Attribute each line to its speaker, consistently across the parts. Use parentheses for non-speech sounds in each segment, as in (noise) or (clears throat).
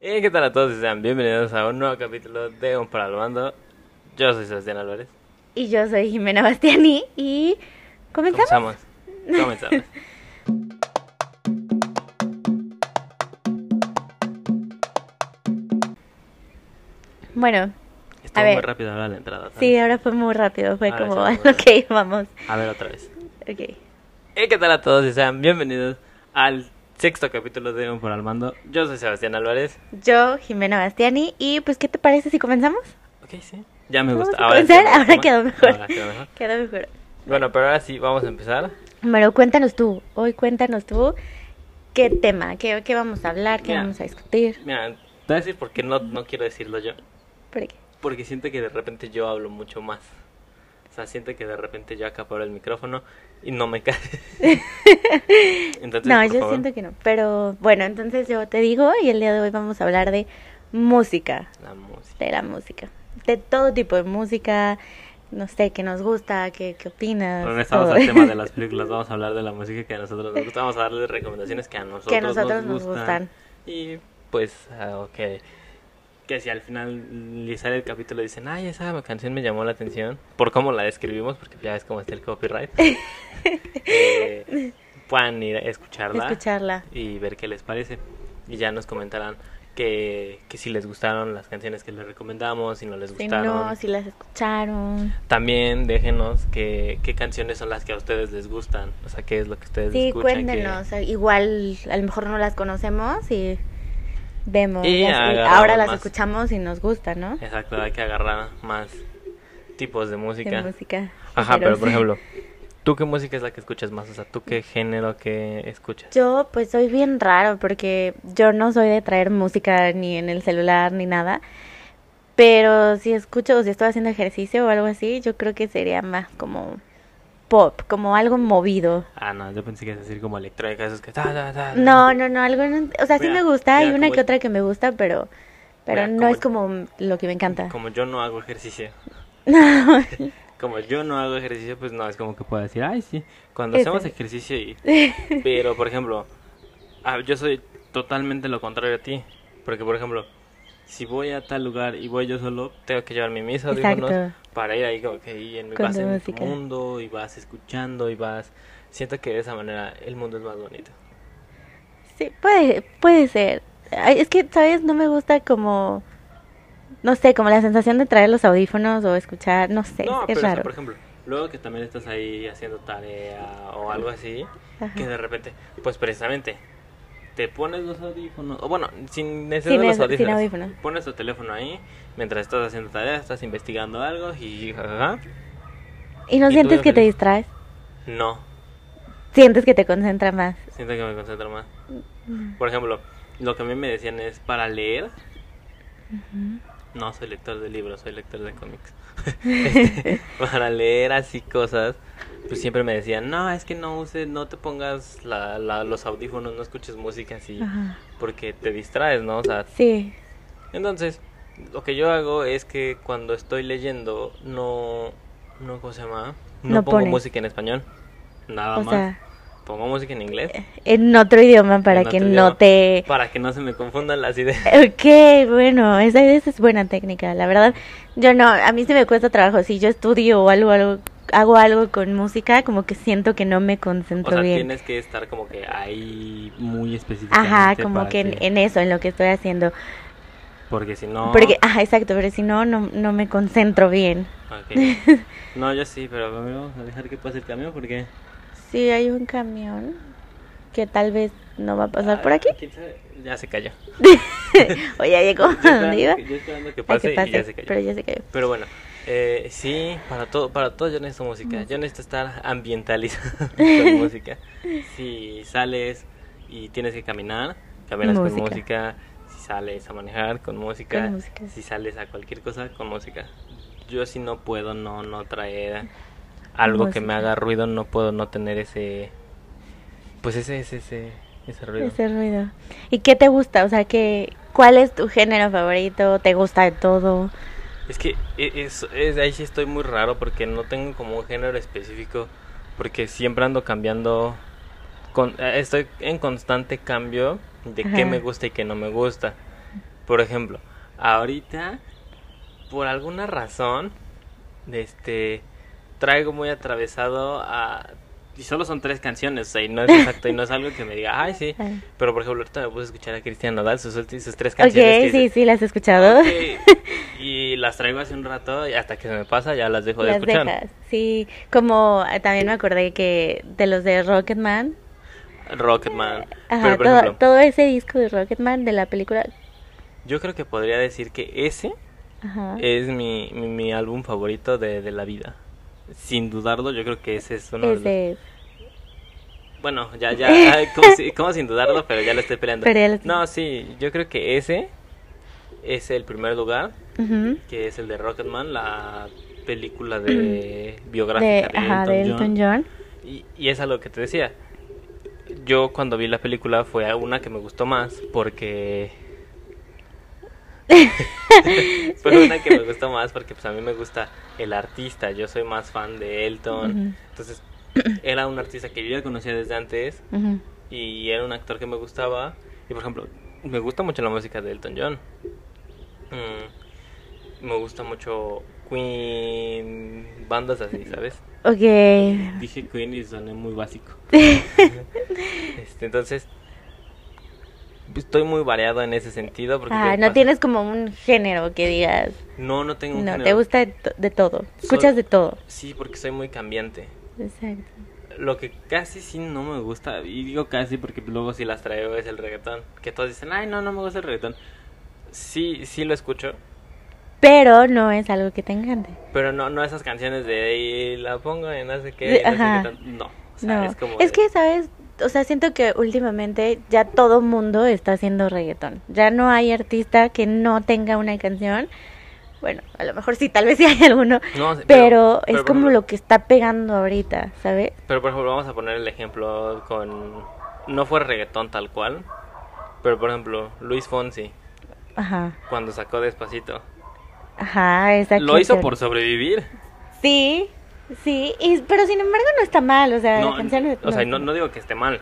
Speaker 1: Eh, ¿Qué tal a todos? Y sean bienvenidos a un nuevo capítulo de Un para el Mando. Yo soy Sebastián Álvarez.
Speaker 2: Y yo soy Jimena Bastiani y comenzamos.
Speaker 1: Comenzamos.
Speaker 2: (laughs)
Speaker 1: Comenzamos.
Speaker 2: Bueno,
Speaker 1: Estuvo
Speaker 2: A ver.
Speaker 1: muy rápido ahora la entrada. ¿sabes?
Speaker 2: sí, ahora fue muy rápido, fue
Speaker 1: Ahora
Speaker 2: como,
Speaker 1: sí Ah,
Speaker 2: (laughs)
Speaker 1: fue muy
Speaker 2: ok, vamos.
Speaker 1: A ver otra vez.
Speaker 2: Ok.
Speaker 1: Eh, ¿Qué tal a todos? Y sean bienvenidos al sexto capítulo de Un para el Mando. Yo soy Sebastián Álvarez.
Speaker 2: Yo, Jimena Bastiani, y pues, ¿qué te parece si comenzamos?
Speaker 1: Ok, sí. Ya me
Speaker 2: Vamos
Speaker 1: gusta.
Speaker 2: a
Speaker 1: Ahora,
Speaker 2: comenzar,
Speaker 1: entiendo
Speaker 2: ahora
Speaker 1: cómo-
Speaker 2: quedó mejor.
Speaker 1: Ahora quedó mejor.
Speaker 2: Queda mejor.
Speaker 1: Bueno, pero ahora sí, vamos a empezar.
Speaker 2: Pero cuéntanos tú, hoy cuéntanos tú qué tema, qué, qué vamos a hablar, qué
Speaker 1: Mira.
Speaker 2: vamos a discutir.
Speaker 1: Mira, te voy a decir por qué no, no quiero decirlo yo.
Speaker 2: ¿Por qué?
Speaker 1: Porque siento que de repente yo hablo mucho más. O sea, siento que de repente yo acaparo el micrófono y no me
Speaker 2: (laughs)
Speaker 1: cae. Entonces,
Speaker 2: No,
Speaker 1: por
Speaker 2: yo
Speaker 1: favor,
Speaker 2: siento que no. Pero bueno, entonces yo te digo, y el día de hoy vamos a hablar de música.
Speaker 1: La música.
Speaker 2: de la música, de todo tipo de música, no sé, qué nos gusta, qué, qué opinas.
Speaker 1: Regresamos
Speaker 2: todo.
Speaker 1: al tema
Speaker 2: (laughs)
Speaker 1: de las películas. Vamos a hablar de la música que a nosotros nos gusta. Vamos a darles recomendaciones que a nosotros,
Speaker 2: que a nosotros nos
Speaker 1: gustan.
Speaker 2: gustan.
Speaker 1: Y pues, ah, ok. Que si al finalizar el capítulo dicen, ay, esa canción me llamó la atención, por cómo la describimos, porque ya ves cómo está el
Speaker 2: (laughs)
Speaker 1: copyright, eh, puedan ir a escucharla.
Speaker 2: Escucharla.
Speaker 1: y ver qué les parece. Y ya nos comentarán que, que si les gustaron las canciones que les recomendamos, si no les
Speaker 2: Si
Speaker 1: gustaron.
Speaker 2: no, si las escucharon.
Speaker 1: También déjenos que, qué canciones son las que a ustedes les gustan, o sea, qué es lo que ustedes
Speaker 2: Sí,
Speaker 1: escuchan. que-
Speaker 2: cuéntenos. Igual, a lo mejor no las conocemos y vemos.
Speaker 1: Y
Speaker 2: las-
Speaker 1: agarramos
Speaker 2: ahora las
Speaker 1: más.
Speaker 2: escuchamos y nos gusta, ¿no?
Speaker 1: Exacto, hay que agarrar más tipos de música.
Speaker 2: De música.
Speaker 1: Ajá, pero por
Speaker 2: géneros.
Speaker 1: ejemplo, ¿tú qué música es la que escuchas más? O sea, ¿tú qué género que escuchas?
Speaker 2: Yo pues soy bien raro porque yo no soy de traer música ni en el celular ni nada. Pero si escucho o si estoy haciendo ejercicio o algo así, yo creo que sería más como pop, como algo movido.
Speaker 1: Ah, no, yo pensé que es decir como electrónica, esos que... ta, ta, ta, ta.
Speaker 2: No, no, no, algo, no- o sea, sí
Speaker 1: Mira,
Speaker 2: me gusta, hay
Speaker 1: mira,
Speaker 2: una
Speaker 1: como-
Speaker 2: que otra que me gusta, pero pero
Speaker 1: Mira,
Speaker 2: no
Speaker 1: como-
Speaker 2: es como lo que me encanta.
Speaker 1: Como yo no hago ejercicio.
Speaker 2: (laughs) No.
Speaker 1: como yo no hago ejercicio, pues no, es como que puedo decir, ay, sí, cuando
Speaker 2: Ese.
Speaker 1: hacemos ejercicio
Speaker 2: (laughs)
Speaker 1: y... Pero, por ejemplo, ah, yo soy totalmente lo contrario a ti. Porque, por ejemplo, si voy a tal lugar y voy yo solo, tengo que llevar mi mis audífonos
Speaker 2: Exacto.
Speaker 1: para ir ahí como que ahí en mi,
Speaker 2: Con
Speaker 1: vas
Speaker 2: tu
Speaker 1: en tu
Speaker 2: música.
Speaker 1: mundo y vas escuchando y vas... Siento que de esa manera el mundo es más bonito.
Speaker 2: (laughs) Sí, puede, puede ser. Ay, es que, ¿sabes? No me gusta como, no sé, como la sensación de traer los audífonos o escuchar, no sé,
Speaker 1: no,
Speaker 2: es
Speaker 1: pero o sea,
Speaker 2: raro.
Speaker 1: por ejemplo, luego que también estás ahí haciendo tarea o algo así,
Speaker 2: Ajá.
Speaker 1: que de repente, pues precisamente, te pones los audífonos, o bueno, sin necesidad
Speaker 2: Sin
Speaker 1: de los
Speaker 2: eso-
Speaker 1: audífonos,
Speaker 2: sin audífonos.
Speaker 1: pones tu teléfono ahí, mientras estás haciendo tarea, estás investigando algo y jajaja,
Speaker 2: ¿Y no
Speaker 1: Y tú
Speaker 2: sientes
Speaker 1: ya
Speaker 2: que te
Speaker 1: feliz.
Speaker 2: distraes?
Speaker 1: no,
Speaker 2: ¿Sientes que te concentra más?
Speaker 1: siento que me concentro más. Por ejemplo, lo que a mí me decían es para leer. No soy lector de libros, soy lector de cómics. (laughs)
Speaker 2: (laughs)
Speaker 1: Este, para leer así cosas, pues siempre me decían, no, es que no uses, no te pongas la- la- los audífonos, no escuches música así,
Speaker 2: Ajá.
Speaker 1: porque te distraes, ¿no? O sea,
Speaker 2: Sí.
Speaker 1: entonces, lo que yo hago es que cuando estoy leyendo, no, no, ¿cómo se llama? No,
Speaker 2: No
Speaker 1: pongo
Speaker 2: pones.
Speaker 1: música en español, nada
Speaker 2: o
Speaker 1: más.
Speaker 2: sea, eh,
Speaker 1: Pongo música en inglés.
Speaker 2: en otro idioma para
Speaker 1: en
Speaker 2: que
Speaker 1: otro
Speaker 2: no
Speaker 1: idioma,
Speaker 2: te...
Speaker 1: Para que no se me confundan las
Speaker 2: (laughs)
Speaker 1: ideas.
Speaker 2: Ok, bueno, esa, esa es buena técnica. La verdad, yo no, a mí se me cuesta trabajo. Si yo estudio o algo, algo hago algo con música, como que siento que no me
Speaker 1: O
Speaker 2: concentro
Speaker 1: sea,
Speaker 2: bien.
Speaker 1: tienes que estar como que ahí muy específicamente.
Speaker 2: Ajá, como
Speaker 1: para
Speaker 2: que en, en eso, en lo que estoy haciendo.
Speaker 1: Porque si no...
Speaker 2: Porque, ajá, exacto, pero si no, no, no me concentro bien.
Speaker 1: Ok.
Speaker 2: (laughs)
Speaker 1: No, yo sí, pero vamos a dejar que pase el camión porque...
Speaker 2: Sí, hay un camión que tal vez no va a pasar por aquí.
Speaker 1: Ah, ¿Quién sabe? Ya se
Speaker 2: (laughs)
Speaker 1: cayó.
Speaker 2: O
Speaker 1: (laughs)
Speaker 2: ya llegó
Speaker 1: Yo
Speaker 2: a donde iba.
Speaker 1: esperando que- yo esperando que
Speaker 2: Ay,
Speaker 1: pase,
Speaker 2: que pase,
Speaker 1: y ya se cayó. Pero,
Speaker 2: pero ya se cayó.
Speaker 1: bueno, eh, sí, para todo, para todo yo necesito música. Yo necesito estar ambientalizado (laughs)
Speaker 2: (laughs)
Speaker 1: con música. Si sales y tienes que caminar, caminas con
Speaker 2: Música.
Speaker 1: música. Si sales a manejar con música,
Speaker 2: Con música.
Speaker 1: si sales a cualquier cosa con música. Yo si no puedo no no traer algo que me
Speaker 2: Música.
Speaker 1: haga ruido, no puedo no tener ese pues ese ese ese, ese ruido.
Speaker 2: Ese ruido. ¿Y qué te gusta? O sea, que ¿cuál es tu género favorito? ¿Te gusta de todo?
Speaker 1: Es que e- es, es- ahí sí estoy muy raro porque no tengo como un género específico, porque siempre ando cambiando, con, eh, estoy en constante cambio de qué
Speaker 2: Ajá.
Speaker 1: me gusta y qué no me gusta. Por ejemplo, ahorita, por alguna razón, este, traigo muy atravesado a... Y solo son tres canciones, o sea, y
Speaker 2: (laughs)
Speaker 1: no es exacto, y no es algo que me diga, ay, sí.
Speaker 2: Ay.
Speaker 1: Pero, por ejemplo, ahorita me puse a escuchar a Cristian Nodal, sus, últimas, sus tres
Speaker 2: Ok,
Speaker 1: canciones. que
Speaker 2: sí,
Speaker 1: dices,
Speaker 2: sí, las he escuchado. (laughs)
Speaker 1: "Ok", Y las traigo hace un rato, y hasta que se me pasa, ya las dejo de
Speaker 2: Las
Speaker 1: escuchar.
Speaker 2: dejas. Sí, como eh, también me acordé que de los de Rocketman.
Speaker 1: Rocketman.
Speaker 2: Ajá,
Speaker 1: Pero, por
Speaker 2: todo,
Speaker 1: ejemplo,
Speaker 2: todo ese disco de Rocketman de la película.
Speaker 1: yo creo que podría decir que ese
Speaker 2: Ajá.
Speaker 1: es mi, mi, mi álbum favorito de, de la vida. Sin dudarlo, yo creo que ese es uno de los...
Speaker 2: ese.
Speaker 1: Bueno, ya,
Speaker 2: (laughs)
Speaker 1: ya, ay, como, si- como sin dudarlo, pero ya lo estoy peleando.
Speaker 2: Pero ya lo-
Speaker 1: No, sí, yo creo que ese es el primer lugar,
Speaker 2: Ujú.
Speaker 1: que es el de Rocketman, la película de biográfica
Speaker 2: (clears throat) De,
Speaker 1: de,
Speaker 2: ajá, de
Speaker 1: Elton
Speaker 2: Elton
Speaker 1: John.
Speaker 2: John.
Speaker 1: Y, y es a lo que te decía. Yo cuando vi la película fue a una que me gustó más porque... fue una que me gustó más porque pues a mí me gusta el artista, yo soy más fan de Elton.
Speaker 2: Ujú.
Speaker 1: Entonces era un artista que yo ya conocía desde antes
Speaker 2: Ujú.
Speaker 1: y era un actor que me gustaba. Y por ejemplo, me gusta mucho la música de Elton John. Mm, me gusta mucho Queen, bandas así, ¿sabes?
Speaker 2: Ok.
Speaker 1: Dije Queen y soné muy
Speaker 2: (laughs)
Speaker 1: básico. Este, entonces, estoy muy variado en ese sentido. Porque
Speaker 2: Ah,
Speaker 1: me
Speaker 2: no
Speaker 1: pasa-
Speaker 2: tienes como un género que digas.
Speaker 1: No, no tengo un
Speaker 2: No,
Speaker 1: género.
Speaker 2: te gusta de, to- de todo. Escuchas
Speaker 1: Solo-
Speaker 2: de todo.
Speaker 1: Sí, porque soy muy cambiante.
Speaker 2: Exacto.
Speaker 1: Lo que casi sí no me gusta, y digo casi porque luego si las traigo es el reggaetón. Que todos dicen, ay, no, no me gusta el reggaetón. Sí, sí lo escucho,
Speaker 2: Pero no es algo que te encante.
Speaker 1: pero no, no esas canciones de y la pongo y no sé qué. y no, sé qué
Speaker 2: Ajá.
Speaker 1: tan-". no, o sea,
Speaker 2: no.
Speaker 1: es como. de-
Speaker 2: que, ¿sabes? O sea, siento que últimamente ya todo mundo está haciendo reggaetón. Ya no hay artista que no tenga una canción. Bueno, a lo mejor sí, tal vez sí hay alguno.
Speaker 1: No, sí,
Speaker 2: Pero,
Speaker 1: pero
Speaker 2: es
Speaker 1: por
Speaker 2: como
Speaker 1: ejemplo-
Speaker 2: lo que está pegando ahorita, ¿sabes?
Speaker 1: Pero por ejemplo, vamos a poner el ejemplo con. No fue reggaetón tal cual, pero por ejemplo, Luis Fonsi,
Speaker 2: Ajá.
Speaker 1: cuando sacó Despacito,
Speaker 2: Ajá, exacto.
Speaker 1: lo hizo por sobrevivir.
Speaker 2: Sí, sí. y- pero sin embargo no está mal. O sea,
Speaker 1: No,
Speaker 2: la canción
Speaker 1: o sea, no,
Speaker 2: está-
Speaker 1: no digo que esté mal,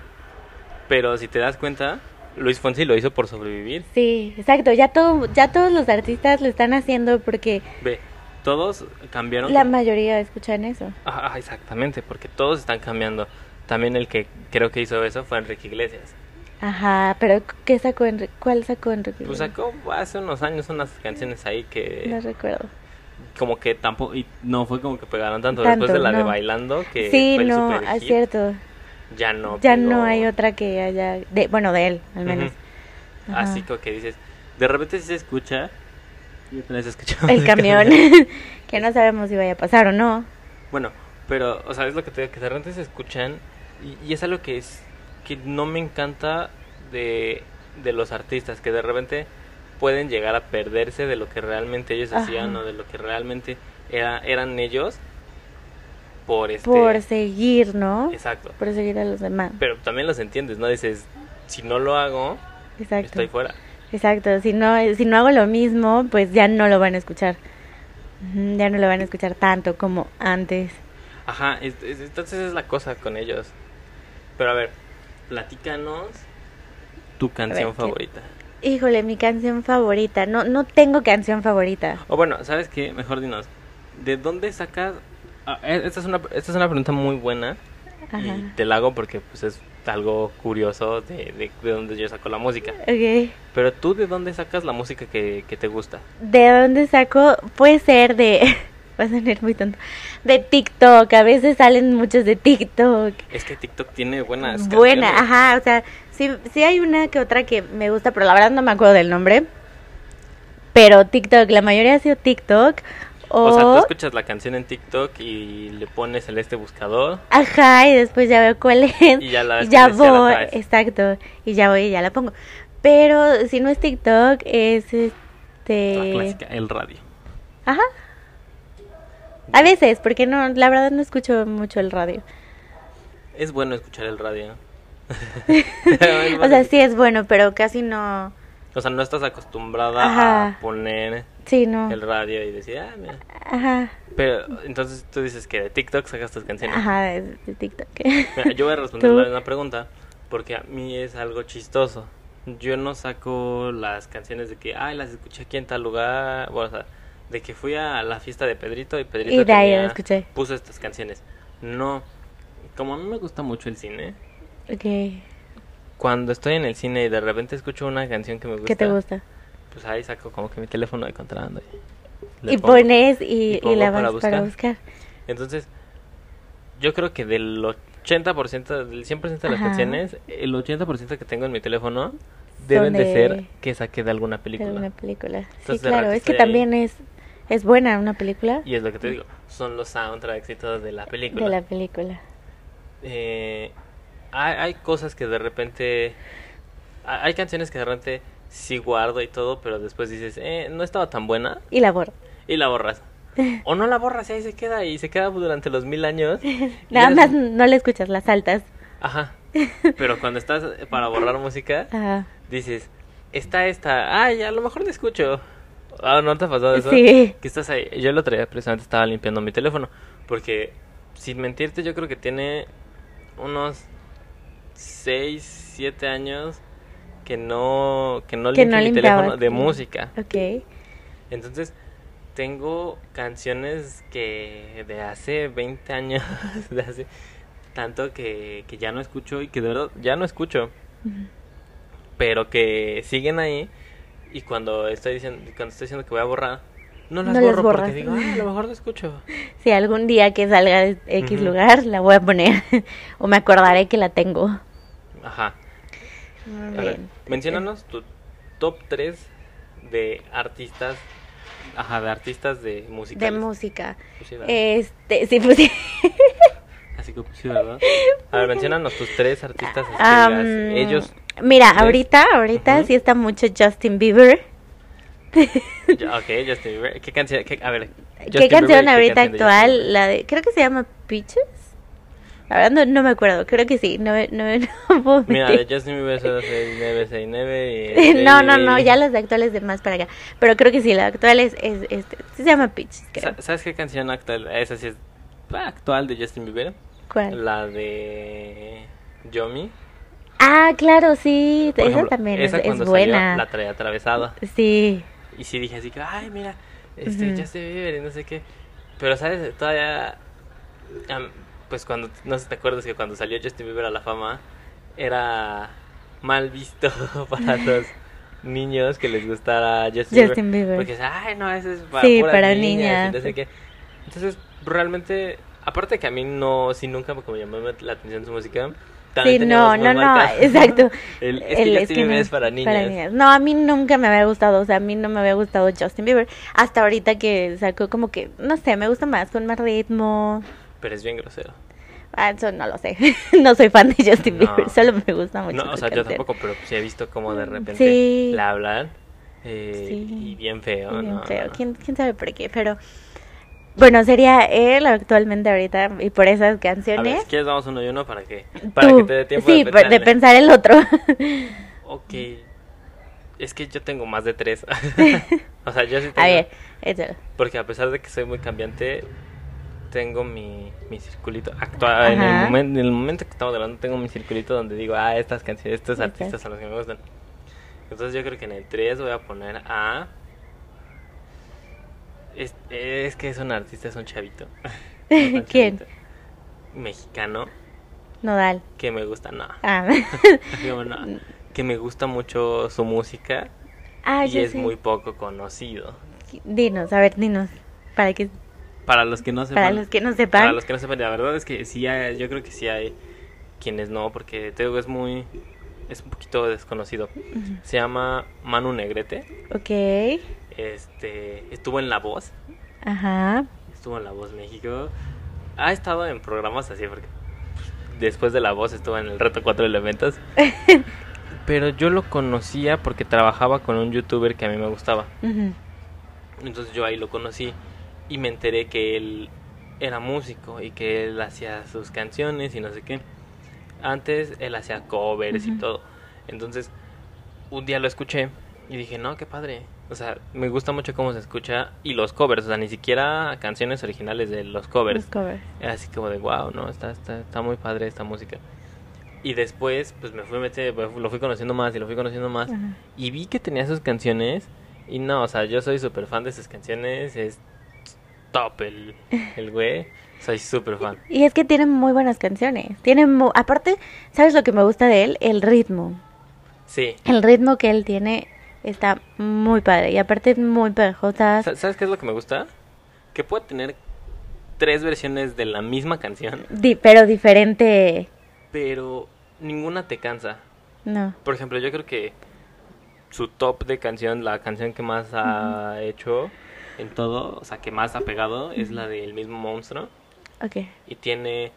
Speaker 1: pero si te das cuenta, Luis Fonsi lo hizo por sobrevivir.
Speaker 2: Sí, exacto. Ya, todo, ya todos los artistas lo están haciendo porque
Speaker 1: Ve, todos cambiaron.
Speaker 2: la mayoría escuchan eso.
Speaker 1: Ah, ah, exactamente, porque todos están cambiando. También el que creo que hizo eso fue Enrique Iglesias.
Speaker 2: Ajá, pero ¿qué sacó Enrique? ¿Cuál sacó Enrique?
Speaker 1: Pues sacó hace unos años unas canciones ahí
Speaker 2: No
Speaker 1: que
Speaker 2: recuerdo.
Speaker 1: como que tampoco y no fue como que pegaron tanto,
Speaker 2: Tanto,
Speaker 1: después de la de
Speaker 2: no.
Speaker 1: bailando que
Speaker 2: sí,
Speaker 1: fue el
Speaker 2: no, ah,
Speaker 1: super
Speaker 2: es
Speaker 1: hit,
Speaker 2: cierto.
Speaker 1: Ya no. pues
Speaker 2: ya
Speaker 1: pegó.
Speaker 2: no hay otra que haya. De, bueno, de él, al
Speaker 1: Ujú.
Speaker 2: menos. Ajá.
Speaker 1: Así como que dices, de repente sí se escucha. Y otra vez escuchamos (laughs)
Speaker 2: (laughs) (laughs) El camión. que no sabemos si vaya a pasar o no.
Speaker 1: Bueno, pero, o sea, es lo que te digo, que de repente se escuchan y, y es algo que es que no me encanta de, de los artistas, que de repente pueden llegar a perderse de lo que realmente ellos
Speaker 2: Ajá.
Speaker 1: hacían o de lo que realmente era, eran ellos por este...
Speaker 2: Por seguir, ¿no?
Speaker 1: Exacto.
Speaker 2: Por seguir a los demás.
Speaker 1: Pero también los entiendes, ¿no? Dices, si no lo hago,
Speaker 2: Exacto.
Speaker 1: estoy fuera.
Speaker 2: Exacto, si no, si no hago lo mismo, pues ya no lo van a escuchar. Ujú, Ya no lo van a escuchar tanto como antes.
Speaker 1: Ajá, es- es- entonces es la cosa con ellos. Pero a ver, platícanos tu canción
Speaker 2: ¿qué?
Speaker 1: favorita.
Speaker 2: Híjole, mi canción favorita. No, no tengo canción favorita.
Speaker 1: O bueno, ¿sabes qué? Mejor dinos, ¿de dónde sacas? ah, e- esta, es una, esta es una pregunta muy buena
Speaker 2: Ajá.
Speaker 1: y te la hago porque pues, es algo curioso de, de, de dónde yo saco la música.
Speaker 2: Ok.
Speaker 1: Pero tú, ¿de dónde sacas la música que, que te gusta?
Speaker 2: ¿De dónde saco? Puede ser de. (laughs) Va a sonar muy tonto. De TikTok. A veces salen muchos de TikTok.
Speaker 1: Es que TikTok tiene buenas
Speaker 2: Buena,
Speaker 1: canciones.
Speaker 2: ajá. O sea, sí, sí hay una que otra que me gusta, pero la verdad no me acuerdo del nombre. Pero TikTok, la mayoría ha sido TikTok. O,
Speaker 1: O sea, tú escuchas la canción en TikTok y le pones el este buscador.
Speaker 2: Ajá, y después ya veo cuál es.
Speaker 1: Y ya la ves
Speaker 2: ya
Speaker 1: cuál es, ya la
Speaker 2: voy, este
Speaker 1: traes.
Speaker 2: exacto. Y ya voy y ya la pongo. Pero si no es TikTok, es
Speaker 1: La
Speaker 2: este.
Speaker 1: clásica, el radio.
Speaker 2: Ajá. A veces, porque no, la verdad no escucho mucho
Speaker 1: (laughs)
Speaker 2: el radio. (laughs)
Speaker 1: Es bueno escuchar el radio. (laughs)
Speaker 2: (laughs) O sea, sí es bueno, pero casi no.
Speaker 1: O sea, no estás acostumbrada
Speaker 2: Ajá. Ah.
Speaker 1: a poner
Speaker 2: Sí, no.
Speaker 1: el radio y decir, ah, mira.
Speaker 2: Ajá.
Speaker 1: Pero entonces tú dices que de TikTok sacas tus canciones.
Speaker 2: Ajá, es de TikTok.
Speaker 1: Mira, yo voy a responder
Speaker 2: Tú.
Speaker 1: la misma pregunta porque a mí es algo chistoso. yo no saco las canciones de que, ay, las escuché aquí en tal lugar, bueno, o sea, de que fui a la fiesta de Pedrito y Pedrito
Speaker 2: Y de ahí
Speaker 1: tenía-
Speaker 2: lo escuché.
Speaker 1: puso estas canciones. No, como a mí me gusta mucho el cine,
Speaker 2: Ok.
Speaker 1: cuando estoy en el cine y de repente escucho una canción que me gusta,
Speaker 2: ¿Qué te gusta?
Speaker 1: pues ahí saco como que mi teléfono de contrabando. y le
Speaker 2: Y
Speaker 1: pongo.
Speaker 2: pones y,
Speaker 1: y
Speaker 2: y
Speaker 1: pongo
Speaker 2: la vas
Speaker 1: para
Speaker 2: para
Speaker 1: buscar.
Speaker 2: buscar.
Speaker 1: Entonces, yo creo que del 80%, del 100% de las
Speaker 2: Ajá.
Speaker 1: canciones, el 80% que tengo en mi teléfono deben de
Speaker 2: de-
Speaker 1: ser que saqué de alguna
Speaker 2: Pero
Speaker 1: película.
Speaker 2: una película. Sí,
Speaker 1: Entonces, de
Speaker 2: claro.
Speaker 1: rato
Speaker 2: Es que
Speaker 1: estoy ahí.
Speaker 2: también es, es buena una película
Speaker 1: Y es lo que te digo, son los soundtracks y todo de la película.
Speaker 2: Mm. de la película.
Speaker 1: Eh, hay, hay cosas que de repente... Hay, hay canciones que de repente sí guardo y todo, pero después dices, eh, no estaba tan buena
Speaker 2: Y la borra.
Speaker 1: y la
Speaker 2: (laughs)
Speaker 1: borras. O no la borras y ahí se queda y se queda durante los mil
Speaker 2: (laughs)
Speaker 1: años. Y
Speaker 2: Nada
Speaker 1: eres-
Speaker 2: más no la escuchas, la saltas. (laughs)
Speaker 1: Ajá. Pero cuando estás para borrar música,
Speaker 2: Ajá.
Speaker 1: dices, está esta, ay, a lo mejor te escucho. Ah, ¿no te ha pasado eso?
Speaker 2: Sí.
Speaker 1: Que estás ahí. Yo el otro día precisamente estaba limpiando mi teléfono, porque sin mentirte, yo creo que tiene unos 6, 7 años que no que no
Speaker 2: Que
Speaker 1: limpio
Speaker 2: no
Speaker 1: mi
Speaker 2: limpiabas,
Speaker 1: teléfono de
Speaker 2: sí.
Speaker 1: música.
Speaker 2: Ok.
Speaker 1: Entonces, tengo canciones que de hace 20 años, (laughs) de hace tanto que, que ya no escucho y que de verdad ya no escucho, pero que siguen ahí y cuando estoy diciendo, cuando estoy diciendo que voy a borrar, no las
Speaker 2: No las
Speaker 1: borro porque
Speaker 2: borras.
Speaker 1: digo, "Ah, a lo mejor no
Speaker 2: (laughs)
Speaker 1: escucho.
Speaker 2: Si algún día que salga de X
Speaker 1: Ujú.
Speaker 2: lugar, la voy a poner. (laughs) o me acordaré que la tengo.
Speaker 1: Ajá.
Speaker 2: Muy
Speaker 1: A ver, menciónanos tu top 3 de artistas, ajá, de artistas de Pues música.
Speaker 2: De música. Este, sí, pues sí.
Speaker 1: Así que sí, ¿verdad? A ver, menciónanos tus tres artistas así que
Speaker 2: Am,
Speaker 1: digas, Ellos.
Speaker 2: Mira,
Speaker 1: tres.
Speaker 2: ahorita, ahorita
Speaker 1: Ujú.
Speaker 2: sí está mucho Justin Bieber.
Speaker 1: ya, Ok, Justin Bieber. ¿Qué canción? qué- a ver.
Speaker 2: ¿Qué
Speaker 1: Justin Bieber,
Speaker 2: canción
Speaker 1: ¿qué canción
Speaker 2: ahorita
Speaker 1: de Justin Bieber?
Speaker 2: actual? La de, creo que se llama Peaches. La verdad no, no me acuerdo, creo que sí, no, me- no, me- no (laughs) puedo
Speaker 1: Mira,
Speaker 2: mentir.
Speaker 1: de Justin Bieber
Speaker 2: (laughs)
Speaker 1: 066969 y... este,
Speaker 2: no, no, no, ya las de actuales de más para acá. Pero creo que sí, la actual es, es este, sí se llama Peaches, creo.
Speaker 1: Sa- ¿Sabes qué canción actual? Esa sí es ah, actual de Justin Bieber.
Speaker 2: ¿Cuál?
Speaker 1: La de... Yomi.
Speaker 2: Ah, claro, sí,
Speaker 1: Por
Speaker 2: esa
Speaker 1: ejemplo,
Speaker 2: también
Speaker 1: esa
Speaker 2: es, es
Speaker 1: cuando salió,
Speaker 2: buena.
Speaker 1: la traía atravesada.
Speaker 2: Sí,
Speaker 1: Y sí dije así que, ay, mira, este,
Speaker 2: Ujú.
Speaker 1: Justin Bieber y no sé qué. Pero, ¿sabes? Todavía, am, pues cuando, no sé si te acuerdas que cuando salió Justin Bieber a la fama, era mal visto (laughs)
Speaker 2: (laughs)
Speaker 1: para los niños que les gustara Justin,
Speaker 2: Justin Bieber.
Speaker 1: Porque, ay, no, eso es para,
Speaker 2: Sí,
Speaker 1: puras
Speaker 2: para
Speaker 1: niñas. y no
Speaker 2: niñas.
Speaker 1: sé qué. Entonces, realmente, aparte que a mí no, sí nunca me como llamó la atención su música.
Speaker 2: sí,
Speaker 1: también
Speaker 2: no,
Speaker 1: teníamos
Speaker 2: no,
Speaker 1: muy
Speaker 2: no,
Speaker 1: marcado
Speaker 2: exacto.
Speaker 1: (laughs) El, es que
Speaker 2: El-
Speaker 1: Justin
Speaker 2: es que
Speaker 1: Bieber
Speaker 2: no
Speaker 1: es para niñas.
Speaker 2: No, a mí nunca me había gustado, o sea, a mí no me había gustado Justin Bieber. Hasta ahorita que sacó como que, no sé, me gusta más, con más ritmo.
Speaker 1: Pero es bien grosero.
Speaker 2: Ah, eso no lo sé. (laughs) no soy fan de Justin
Speaker 1: No.
Speaker 2: Bieber, solo me gusta mucho.
Speaker 1: No, o
Speaker 2: su
Speaker 1: sea, yo
Speaker 2: canción.
Speaker 1: tampoco, pero sí he visto como de repente
Speaker 2: Sí.
Speaker 1: la hablan. eh,
Speaker 2: Sí.
Speaker 1: Y bien feo,
Speaker 2: Bien
Speaker 1: ¿no?
Speaker 2: feo.
Speaker 1: no.
Speaker 2: ¿Quién, quién sabe por qué, pero bueno, sería él actualmente ahorita y por esas
Speaker 1: A ver,
Speaker 2: canciones.
Speaker 1: si quieres vamos uno y uno para que, para
Speaker 2: tú.
Speaker 1: que te dé tiempo
Speaker 2: sí,
Speaker 1: de
Speaker 2: pa-
Speaker 1: pensarle.
Speaker 2: de pensar
Speaker 1: (laughs)
Speaker 2: el otro. (laughs)
Speaker 1: Ok, es que yo tengo más de
Speaker 2: (laughs)
Speaker 1: tres. (laughs) o sea, yo sí tengo.
Speaker 2: a ver, échalo.
Speaker 1: Porque a pesar de que soy muy cambiante, tengo mi, mi circulito actual. En el,
Speaker 2: Ajá.
Speaker 1: momento, en el momento que estamos hablando, tengo mi circulito donde digo, ah, estas canciones, estos
Speaker 2: Ok.
Speaker 1: artistas son los que me gustan. Entonces yo creo que en el 3 voy a poner a... Es, es que es un artista, es un chavito. (laughs) Es un
Speaker 2: (laughs) ¿Quién?
Speaker 1: chavito Mexicano,
Speaker 2: Nodal.
Speaker 1: que me gusta, no.
Speaker 2: Ah,
Speaker 1: (laughs)
Speaker 2: (laughs)
Speaker 1: Digo, no, Que me gusta mucho su música
Speaker 2: Ah,
Speaker 1: y
Speaker 2: yo
Speaker 1: es
Speaker 2: sé.
Speaker 1: muy poco conocido.
Speaker 2: Dinos, a ver, dinos. Para que
Speaker 1: Para los que no sepan...
Speaker 2: para los que no
Speaker 1: Para
Speaker 2: sepan,
Speaker 1: los que no sepan, la verdad es que sí hay- yo creo que sí hay quienes no, porque te digo, es muy, es un poquito desconocido. Se llama Manu Negrete,
Speaker 2: ok,
Speaker 1: este, estuvo en La Voz,
Speaker 2: ajá,
Speaker 1: estuvo en La Voz México, ha estado en programas así, porque después de La Voz estuvo en el Reto Cuatro Elementos, pero yo lo conocía porque trabajaba con un youtuber que a mí me gustaba,
Speaker 2: ujú,
Speaker 1: entonces yo ahí lo conocí y me enteré que él era músico y que él hacía sus canciones y no sé qué. Antes él hacía covers y
Speaker 2: Ujú.
Speaker 1: todo. Entonces, un día lo escuché y dije, no, qué padre. O sea, me gusta mucho cómo se escucha y los covers, o sea, ni siquiera canciones originales de los covers.
Speaker 2: los covers.
Speaker 1: Era así como de, wow, ¿no? Está, está, está muy padre esta música. Y después, pues me fui, mete- me fu- lo fui conociendo más y lo fui conociendo más.
Speaker 2: Ajá.
Speaker 1: Y vi que tenía sus canciones. Y no, o sea, yo soy súper fan de sus canciones. Es top el, el güey. Soy súper fan.
Speaker 2: Y es que tiene muy buenas canciones. Tiene mu- aparte, ¿sabes lo que me gusta de él? El ritmo.
Speaker 1: Sí.
Speaker 2: El ritmo que él tiene está muy padre. Y aparte es muy pegajosa.
Speaker 1: Sa- ¿Sabes qué es lo que me gusta? Que pueda tener tres versiones de la misma canción,
Speaker 2: di- pero diferente.
Speaker 1: pero ninguna te cansa.
Speaker 2: No.
Speaker 1: Por ejemplo, yo creo que su top de canción, la canción que más ha hecho en todo, o sea, que más ha pegado, es la del mismo monstruo.
Speaker 2: Ok.
Speaker 1: Y tiene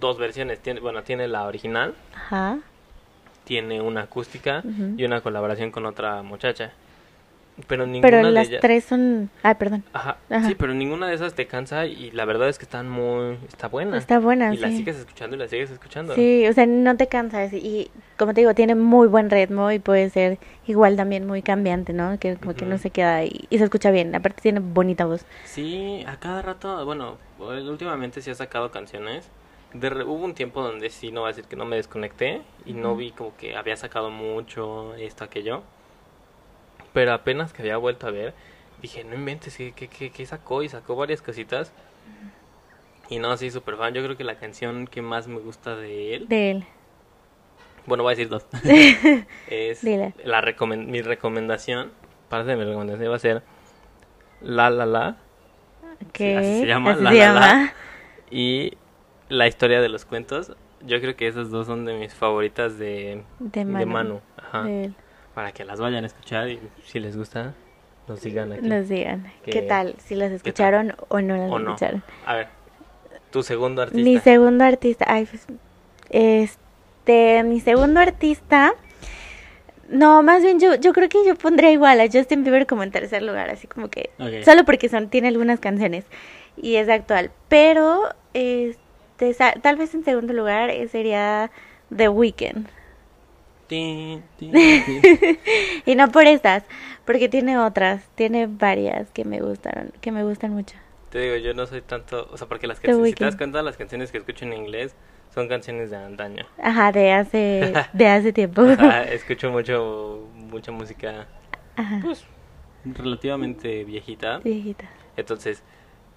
Speaker 1: dos versiones. Tiene, bueno, tiene la original,
Speaker 2: Ajá.
Speaker 1: tiene una acústica
Speaker 2: Ujú.
Speaker 1: y una colaboración con otra muchacha. Pero ninguna
Speaker 2: Pero
Speaker 1: de
Speaker 2: las
Speaker 1: ellas-
Speaker 2: tres son. Ay, perdón.
Speaker 1: Ajá,
Speaker 2: Ajá.
Speaker 1: Sí, pero ninguna de esas te cansa y la verdad es que están muy... Está buena.
Speaker 2: Está buena,
Speaker 1: Y la
Speaker 2: sí.
Speaker 1: sigues escuchando y la sigues escuchando.
Speaker 2: Sí, o sea, no te cansas. Y como te digo, tiene muy buen ritmo y puede ser igual también muy cambiante, ¿no? Que como que no
Speaker 1: Ujú.
Speaker 2: se queda ahí. Y se escucha bien. Aparte tiene bonita voz.
Speaker 1: Sí, a cada rato, bueno, eh, últimamente sí ha sacado canciones. De re- hubo un tiempo donde sí, no voy a decir que no me desconecté y no
Speaker 2: Ujú.
Speaker 1: vi como que había sacado mucho, esto, aquello. Pero apenas que había vuelto a ver, dije, no inventes, ¿qué, qué, qué- qué sacó? Y sacó varias cositas. Y no, sí, super fan. Yo creo que la canción que más me gusta de él,
Speaker 2: De él.
Speaker 1: bueno, voy a decir
Speaker 2: (laughs)
Speaker 1: dos, es
Speaker 2: Dile.
Speaker 1: la recomen- mi recomendación, parte de mi recomendación va a ser La La La. Sí, así se
Speaker 2: Ok,
Speaker 1: llama,
Speaker 2: así
Speaker 1: La
Speaker 2: se
Speaker 1: La La.
Speaker 2: llama.
Speaker 1: Y la historia de los cuentos, yo creo que esas dos son de mis favoritas de, de
Speaker 2: De mano.
Speaker 1: Manu. Ajá.
Speaker 2: De él.
Speaker 1: Para que las vayan a escuchar y si les gusta, nos digan aquí.
Speaker 2: Nos digan
Speaker 1: Que-
Speaker 2: qué tal, si las
Speaker 1: ¿qué tal?
Speaker 2: escucharon o no las
Speaker 1: O no.
Speaker 2: escucharon.
Speaker 1: A ver, tu segundo artista.
Speaker 2: Mi segundo artista, ay, pues, este, mi segundo artista, no, más bien yo, yo creo que yo pondría igual a Justin Bieber como en tercer lugar, así como que,
Speaker 1: Ok.
Speaker 2: solo porque son, tiene algunas canciones y es actual, pero, este, sa- tal vez en segundo lugar eh, sería The Weeknd.
Speaker 1: Tin,
Speaker 2: (laughs)
Speaker 1: tin, tin.
Speaker 2: Y no por estas, porque tiene otras, tiene varias que me gustaron, que me gustan mucho.
Speaker 1: Te digo, yo no soy tanto. O sea, porque las
Speaker 2: The
Speaker 1: canciones. Si te
Speaker 2: Weeknd.
Speaker 1: das cuenta, las canciones que escucho en inglés son canciones de
Speaker 2: (laughs)
Speaker 1: antaño.
Speaker 2: Ajá, de hace,
Speaker 1: (laughs)
Speaker 2: de hace tiempo.
Speaker 1: O sea, escucho mucho, mucha música
Speaker 2: Ajá,
Speaker 1: pues, relativamente viejita.
Speaker 2: viejita.
Speaker 1: Entonces,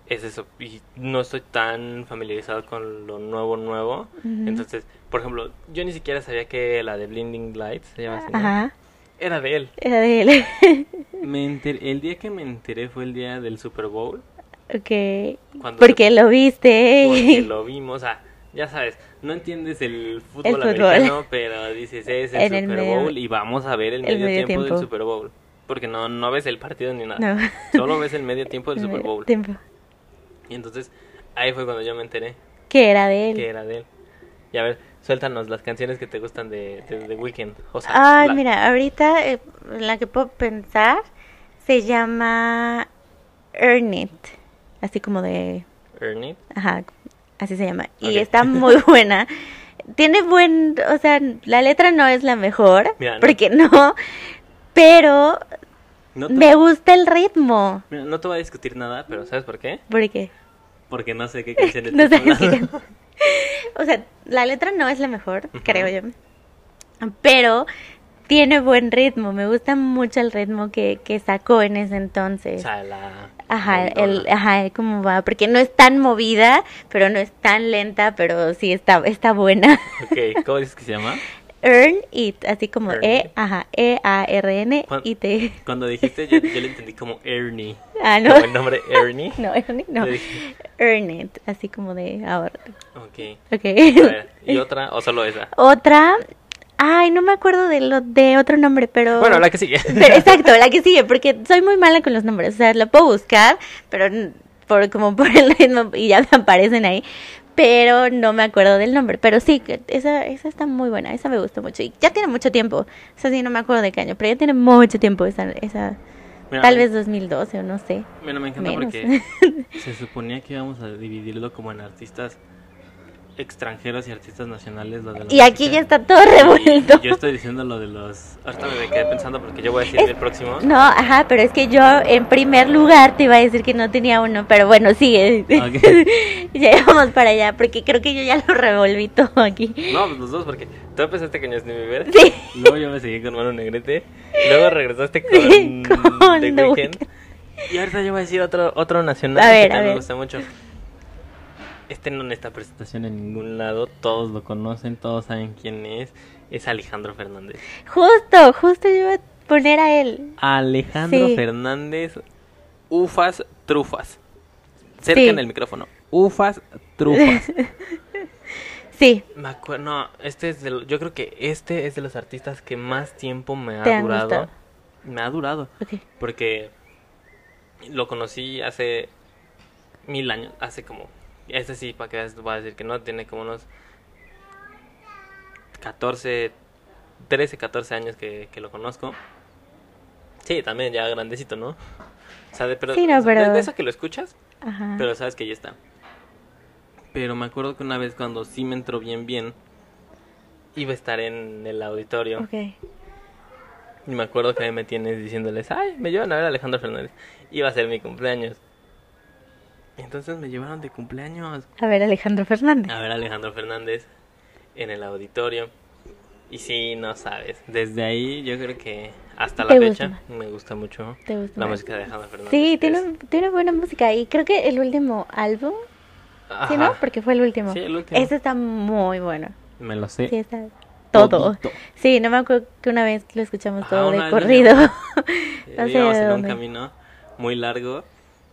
Speaker 1: es eso. Y no estoy tan familiarizado con lo nuevo, nuevo.
Speaker 2: Ujú.
Speaker 1: Entonces, por ejemplo, yo ni siquiera sabía que la de Blinding Lights se llama así, ¿no?
Speaker 2: Ajá,
Speaker 1: Era de él.
Speaker 2: era de él.
Speaker 1: (laughs)
Speaker 2: (laughs)
Speaker 1: Me enter- El día que me enteré fue el día del Super Bowl.
Speaker 2: ok,
Speaker 1: Cuando-
Speaker 2: porque lo viste.
Speaker 1: Porque lo vimos. O sea, ya sabes, no entiendes el fútbol,
Speaker 2: El fútbol.
Speaker 1: americano, pero dices, es el
Speaker 2: (laughs) En el
Speaker 1: Super
Speaker 2: medio-
Speaker 1: Bowl y vamos a ver el,
Speaker 2: el
Speaker 1: medio,
Speaker 2: medio
Speaker 1: tiempo,
Speaker 2: tiempo.
Speaker 1: del Super Bowl. Porque no, no ves el partido ni nada.
Speaker 2: No.
Speaker 1: Solo ves el medio
Speaker 2: (laughs)
Speaker 1: tiempo del Super Bowl.
Speaker 2: Tiempo.
Speaker 1: Y entonces, ahí fue cuando yo me enteré.
Speaker 2: Que era de él.
Speaker 1: que era de él. Y a ver, suéltanos las canciones que te gustan de, de, de Weeknd. O sea,
Speaker 2: Ay,
Speaker 1: la-
Speaker 2: Ah, mira, ahorita eh, la que puedo pensar se llama Earn It. Así como de
Speaker 1: Earn It.
Speaker 2: Ajá, así se llama. Y
Speaker 1: Ok. (laughs)
Speaker 2: está muy buena. Tiene buen, o sea, la letra no es la mejor,
Speaker 1: Mira, no.
Speaker 2: porque no, pero
Speaker 1: No te,
Speaker 2: me gusta el ritmo.
Speaker 1: mira, no te voy a discutir nada, pero ¿sabes por qué?
Speaker 2: Porque
Speaker 1: Porque no
Speaker 2: (laughs)
Speaker 1: sé qué canciones
Speaker 2: no
Speaker 1: te
Speaker 2: sabes qué
Speaker 1: hablan.
Speaker 2: can- O sea, la letra no es la mejor,
Speaker 1: Ujú.
Speaker 2: creo yo. Pero tiene buen ritmo, me gusta mucho el ritmo que, que sacó en ese
Speaker 1: O
Speaker 2: entonces.
Speaker 1: sea, la...
Speaker 2: Ajá,
Speaker 1: la-
Speaker 2: (laughs) el, ajá, el cómo va, porque no es tan movida, pero no es tan lenta, pero sí está, está
Speaker 1: (laughs)
Speaker 2: buena.
Speaker 1: Ok, ¿cómo dices que se llama?
Speaker 2: Earn it, así como
Speaker 1: Earn
Speaker 2: E,
Speaker 1: it.
Speaker 2: ajá, E A R N
Speaker 1: Cuan-
Speaker 2: I T.
Speaker 1: Cuando dijiste, yo, yo lo entendí como Ernie.
Speaker 2: Ah, no.
Speaker 1: Como el nombre Ernie.
Speaker 2: (laughs) No, earn it, no.
Speaker 1: Yo dije,
Speaker 2: Earn it, así como de ahora.
Speaker 1: ok.
Speaker 2: Ok.
Speaker 1: A ver, ¿y otra o solo
Speaker 2: (laughs)
Speaker 1: esa?
Speaker 2: Otra. Ay, no me acuerdo de lo de otro nombre, pero
Speaker 1: Bueno, la que sigue.
Speaker 2: (laughs) Pero, exacto, la que sigue, porque soy muy mala con los nombres. O sea, la puedo buscar, pero n- por, como (laughs) por el ritmo y ya (laughs) me aparecen ahí. Pero no me acuerdo del nombre. Pero sí, que esa, esa está muy buena, esa me gustó mucho. Y ya tiene mucho tiempo. O sea, sí, no me acuerdo de qué año, pero ya tiene mucho tiempo esa. esa
Speaker 1: (laughs) Mira,
Speaker 2: tal vez 2012 o no sé.
Speaker 1: Mira, me encanta
Speaker 2: Menos.
Speaker 1: porque se suponía que íbamos a dividirlo como en artistas extranjeros y artistas nacionales. Lo de la
Speaker 2: Y aquí ya está todo (laughs) revuelto.
Speaker 1: Yo estoy diciendo lo de los... Ahorita me quedé pensando porque yo voy a decir
Speaker 2: Es-
Speaker 1: el próximo.
Speaker 2: No, ajá, pero es que yo en primer lugar te iba a decir que no tenía uno, pero bueno, sigue.
Speaker 1: Ok.
Speaker 2: (laughs) ya íbamos para allá, porque creo que yo ya lo revolví todo aquí.
Speaker 1: No, pues los dos, porque tú empezaste con Justin Bieber.
Speaker 2: Sí.
Speaker 1: Luego yo me seguí con Manu Negrete. Luego regresaste con,
Speaker 2: Sí, con
Speaker 1: The
Speaker 2: The
Speaker 1: Weeknd.
Speaker 2: Weeknd.
Speaker 1: Y ahorita yo voy a decir otro, otro nacional
Speaker 2: A ver,
Speaker 1: que
Speaker 2: a
Speaker 1: también me
Speaker 2: ver.
Speaker 1: gusta mucho. Este no necesita presentación en ningún lado. Todos lo conocen, todos saben quién es. Es Alejandro Fernández.
Speaker 2: Justo, justo yo iba a poner a él.
Speaker 1: Alejandro
Speaker 2: Sí.
Speaker 1: Fernández, ufas, trufas. Cerca
Speaker 2: Sí.
Speaker 1: en el micrófono. Ufas,
Speaker 2: (laughs)
Speaker 1: trufas.
Speaker 2: Sí,
Speaker 1: Me acuerdo, no, este es de lo- yo creo que este es de los artistas que más tiempo me ha
Speaker 2: Te han
Speaker 1: durado.
Speaker 2: gustado.
Speaker 1: Me ha durado,
Speaker 2: ok.
Speaker 1: porque lo conocí hace mil años, hace como, este sí, para que veas, voy a decir que no, tiene como unos 14, 13, 14 años que, que lo conozco. Sí, también ya grandecito, ¿no? O sea, de, pero,
Speaker 2: Sí, no, pero-
Speaker 1: de- de eso que lo escuchas,
Speaker 2: Ajá.
Speaker 1: pero sabes que ya está. Pero me acuerdo que una vez cuando sí me entró bien bien, iba a estar en el auditorio.
Speaker 2: Ok.
Speaker 1: Y me acuerdo que ahí me tienes diciéndoles, ay, me llevan a ver a Alejandro Fernández. Iba a ser mi cumpleaños. Y entonces me llevaron de cumpleaños
Speaker 2: A ver, Alejandro Fernández.
Speaker 1: a ver a Alejandro Fernández en el auditorio. Y sí, no sabes. Desde ahí yo creo que hasta la
Speaker 2: Te gusta
Speaker 1: fecha me gusta mucho
Speaker 2: ¿Te gusta
Speaker 1: la
Speaker 2: más?
Speaker 1: música de Alejandro Fernández.
Speaker 2: Sí, tiene,
Speaker 1: Es-
Speaker 2: tiene buena música y creo que el último álbum,
Speaker 1: Ajá,
Speaker 2: ¿sí no? Porque fue el último.
Speaker 1: Sí, el último.
Speaker 2: Ese está muy bueno.
Speaker 1: Me lo sé.
Speaker 2: Sí, está todo.
Speaker 1: Todito.
Speaker 2: Sí, no me acuerdo que una vez lo escuchamos
Speaker 1: Ajá,
Speaker 2: todo
Speaker 1: Ah, una
Speaker 2: de
Speaker 1: vez (laughs)
Speaker 2: corrido. (laughs)
Speaker 1: veníamos-
Speaker 2: No sé
Speaker 1: íbamos
Speaker 2: de
Speaker 1: en un
Speaker 2: dónde.
Speaker 1: camino muy largo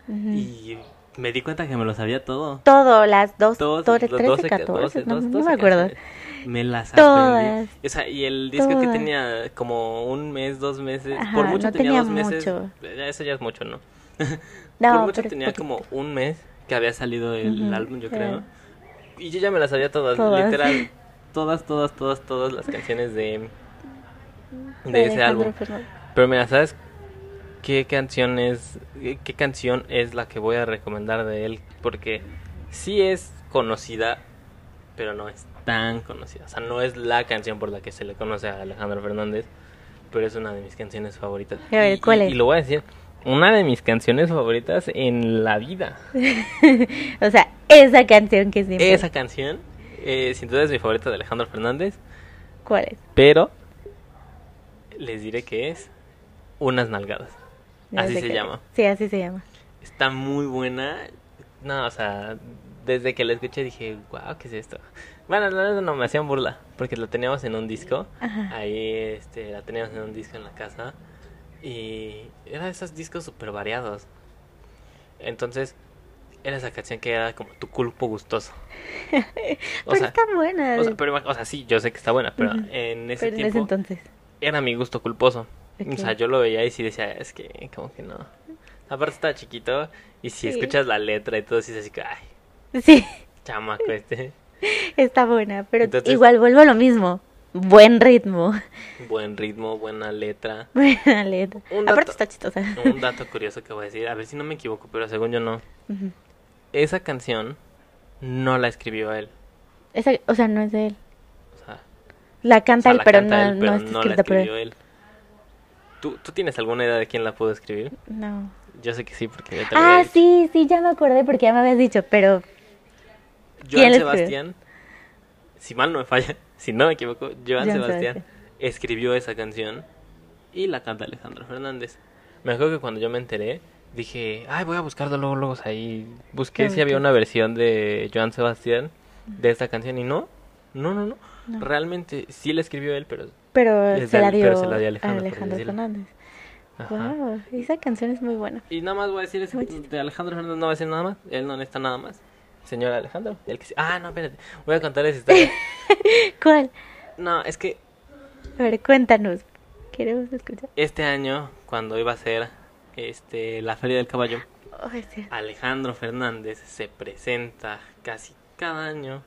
Speaker 2: Ujú.
Speaker 1: y me di cuenta que me lo sabía todo.
Speaker 2: Todo, las dos,
Speaker 1: Todos,
Speaker 2: tres,
Speaker 1: los
Speaker 2: 13,
Speaker 1: 12,
Speaker 2: 14, no,
Speaker 1: 12,
Speaker 2: no
Speaker 1: 12
Speaker 2: me acuerdo.
Speaker 1: canciones. Me las
Speaker 2: Todas.
Speaker 1: aprendí. O sea, y el disco que
Speaker 2: Todas.
Speaker 1: tenía como un mes, dos meses,
Speaker 2: Ajá,
Speaker 1: por mucho
Speaker 2: no
Speaker 1: tenía,
Speaker 2: tenía
Speaker 1: dos meses.
Speaker 2: mucho.
Speaker 1: Eh, Eso ya es mucho, ¿no?
Speaker 2: No,
Speaker 1: por mucho
Speaker 2: pero es
Speaker 1: tenía
Speaker 2: poquito.
Speaker 1: como un mes que había salido el
Speaker 2: Ujú,
Speaker 1: álbum, yo
Speaker 2: sí.
Speaker 1: creo. Y yo ya me las sabía todas,
Speaker 2: Todas.
Speaker 1: literal. Todas, todas, todas, todas las canciones
Speaker 2: (laughs)
Speaker 1: de, de,
Speaker 2: De
Speaker 1: ese
Speaker 2: Alejandro
Speaker 1: álbum.
Speaker 2: Fernández.
Speaker 1: Pero mira, ¿sabes qué canción es, qué canción es la que voy a recomendar de él? Porque sí es conocida, pero no es tan conocida. O sea, no es la canción por la que se le conoce a Alejandro Fernández, pero es una de mis canciones favoritas.
Speaker 2: A ver,
Speaker 1: Y-
Speaker 2: ¿cuál
Speaker 1: y-
Speaker 2: es?
Speaker 1: Y lo voy a decir, una de mis canciones favoritas en la vida.
Speaker 2: O sea, esa canción que siempre.
Speaker 1: Esa canción, eh, sin duda es mi favorita de Alejandro Fernández,
Speaker 2: ¿Cuál es?
Speaker 1: pero les diré que es Unas Nalgadas.
Speaker 2: No
Speaker 1: Así
Speaker 2: sé
Speaker 1: se
Speaker 2: qué.
Speaker 1: llama.
Speaker 2: Sí, así se llama.
Speaker 1: Está muy buena. No, o sea, desde que la escuché dije, wow, ¿qué es esto? Bueno, la verdad no me hacían burla, porque la teníamos en un disco.
Speaker 2: Ajá.
Speaker 1: Ahí este, la teníamos en un disco en la casa. Y eran esos discos súper variados. Entonces, era esa canción que era como tu culpo gustoso. O
Speaker 2: (laughs) pero
Speaker 1: sea,
Speaker 2: está buena.
Speaker 1: o sea, pero ima- o sea, sí, yo sé que está buena, pero
Speaker 2: Ujú.
Speaker 1: en ese
Speaker 2: pero en ese
Speaker 1: tiempo
Speaker 2: entonces. (laughs)
Speaker 1: era mi gusto culposo. O
Speaker 2: Ok.
Speaker 1: sea, yo lo veía y sí decía, es que como que no. Aparte estaba chiquito y si
Speaker 2: Sí.
Speaker 1: escuchas la letra y todo, sí es así que, ay,
Speaker 2: Sí,
Speaker 1: chamaco
Speaker 2: (laughs)
Speaker 1: este,
Speaker 2: está buena. Pero
Speaker 1: Entonces-
Speaker 2: igual vuelvo a lo mismo. Buen ritmo. (laughs)
Speaker 1: buen ritmo, buena letra.
Speaker 2: Buena letra.
Speaker 1: Un dato-
Speaker 2: Aparte está chistosa.
Speaker 1: Un dato curioso que voy a decir, a ver si no me equivoco, pero según yo no.
Speaker 2: (laughs) Ujú.
Speaker 1: Esa canción no la escribió él.
Speaker 2: Esa, o sea, no es de él.
Speaker 1: O sea,
Speaker 2: La
Speaker 1: o
Speaker 2: canta
Speaker 1: sea,
Speaker 2: él,
Speaker 1: la
Speaker 2: pero,
Speaker 1: canta
Speaker 2: no,
Speaker 1: él,
Speaker 2: no
Speaker 1: pero
Speaker 2: está
Speaker 1: no la
Speaker 2: escrita por
Speaker 1: escribió
Speaker 2: él.
Speaker 1: él. ¿Tú, ¿Tú tienes alguna idea de quién la pudo escribir?
Speaker 2: No.
Speaker 1: Yo sé que sí, porque yo te lo había
Speaker 2: Ah,
Speaker 1: dicho.
Speaker 2: sí, sí, ya me acordé porque ya me habías dicho, pero
Speaker 1: Joan
Speaker 2: ¿Quién lo escribió?
Speaker 1: Sebastián, si mal no me falla, (laughs) si no me equivoco, Joan,
Speaker 2: Joan
Speaker 1: Sebastián,
Speaker 2: Sebastián.
Speaker 1: escribió esa canción y la canta Alejandro Fernández. Me acuerdo que cuando yo me enteré, dije, ay, voy a buscarlo luego, luego, o sea, y busqué
Speaker 2: Qué
Speaker 1: si había
Speaker 2: bonito.
Speaker 1: una versión de Joan Sebastián de esta canción y no, no, no, no.
Speaker 2: No.
Speaker 1: Realmente sí la escribió él, pero...
Speaker 2: pero
Speaker 1: Les
Speaker 2: se,
Speaker 1: da-
Speaker 2: la dio
Speaker 1: pero se la dio a Alejandro,
Speaker 2: a
Speaker 1: por
Speaker 2: Alejandro
Speaker 1: decirlo.
Speaker 2: Fernández.
Speaker 1: ajá.
Speaker 2: Wow, esa canción es muy buena. (laughs)
Speaker 1: Y nada más voy a decir eso,
Speaker 2: Muchas-
Speaker 1: de Alejandro Fernández no va a decir nada más, él no necesita nada más. Señor Alejandro, el que... sí- Ah, no, espérate, voy a contarles
Speaker 2: (laughs)
Speaker 1: historia.
Speaker 2: ¿Cuál?
Speaker 1: no, es que
Speaker 2: A ver, cuéntanos. Queremos escuchar.
Speaker 1: Este año, cuando iba a ser este, la Feria del Caballo,
Speaker 2: Ay, sí.
Speaker 1: Alejandro Fernández se presenta casi cada año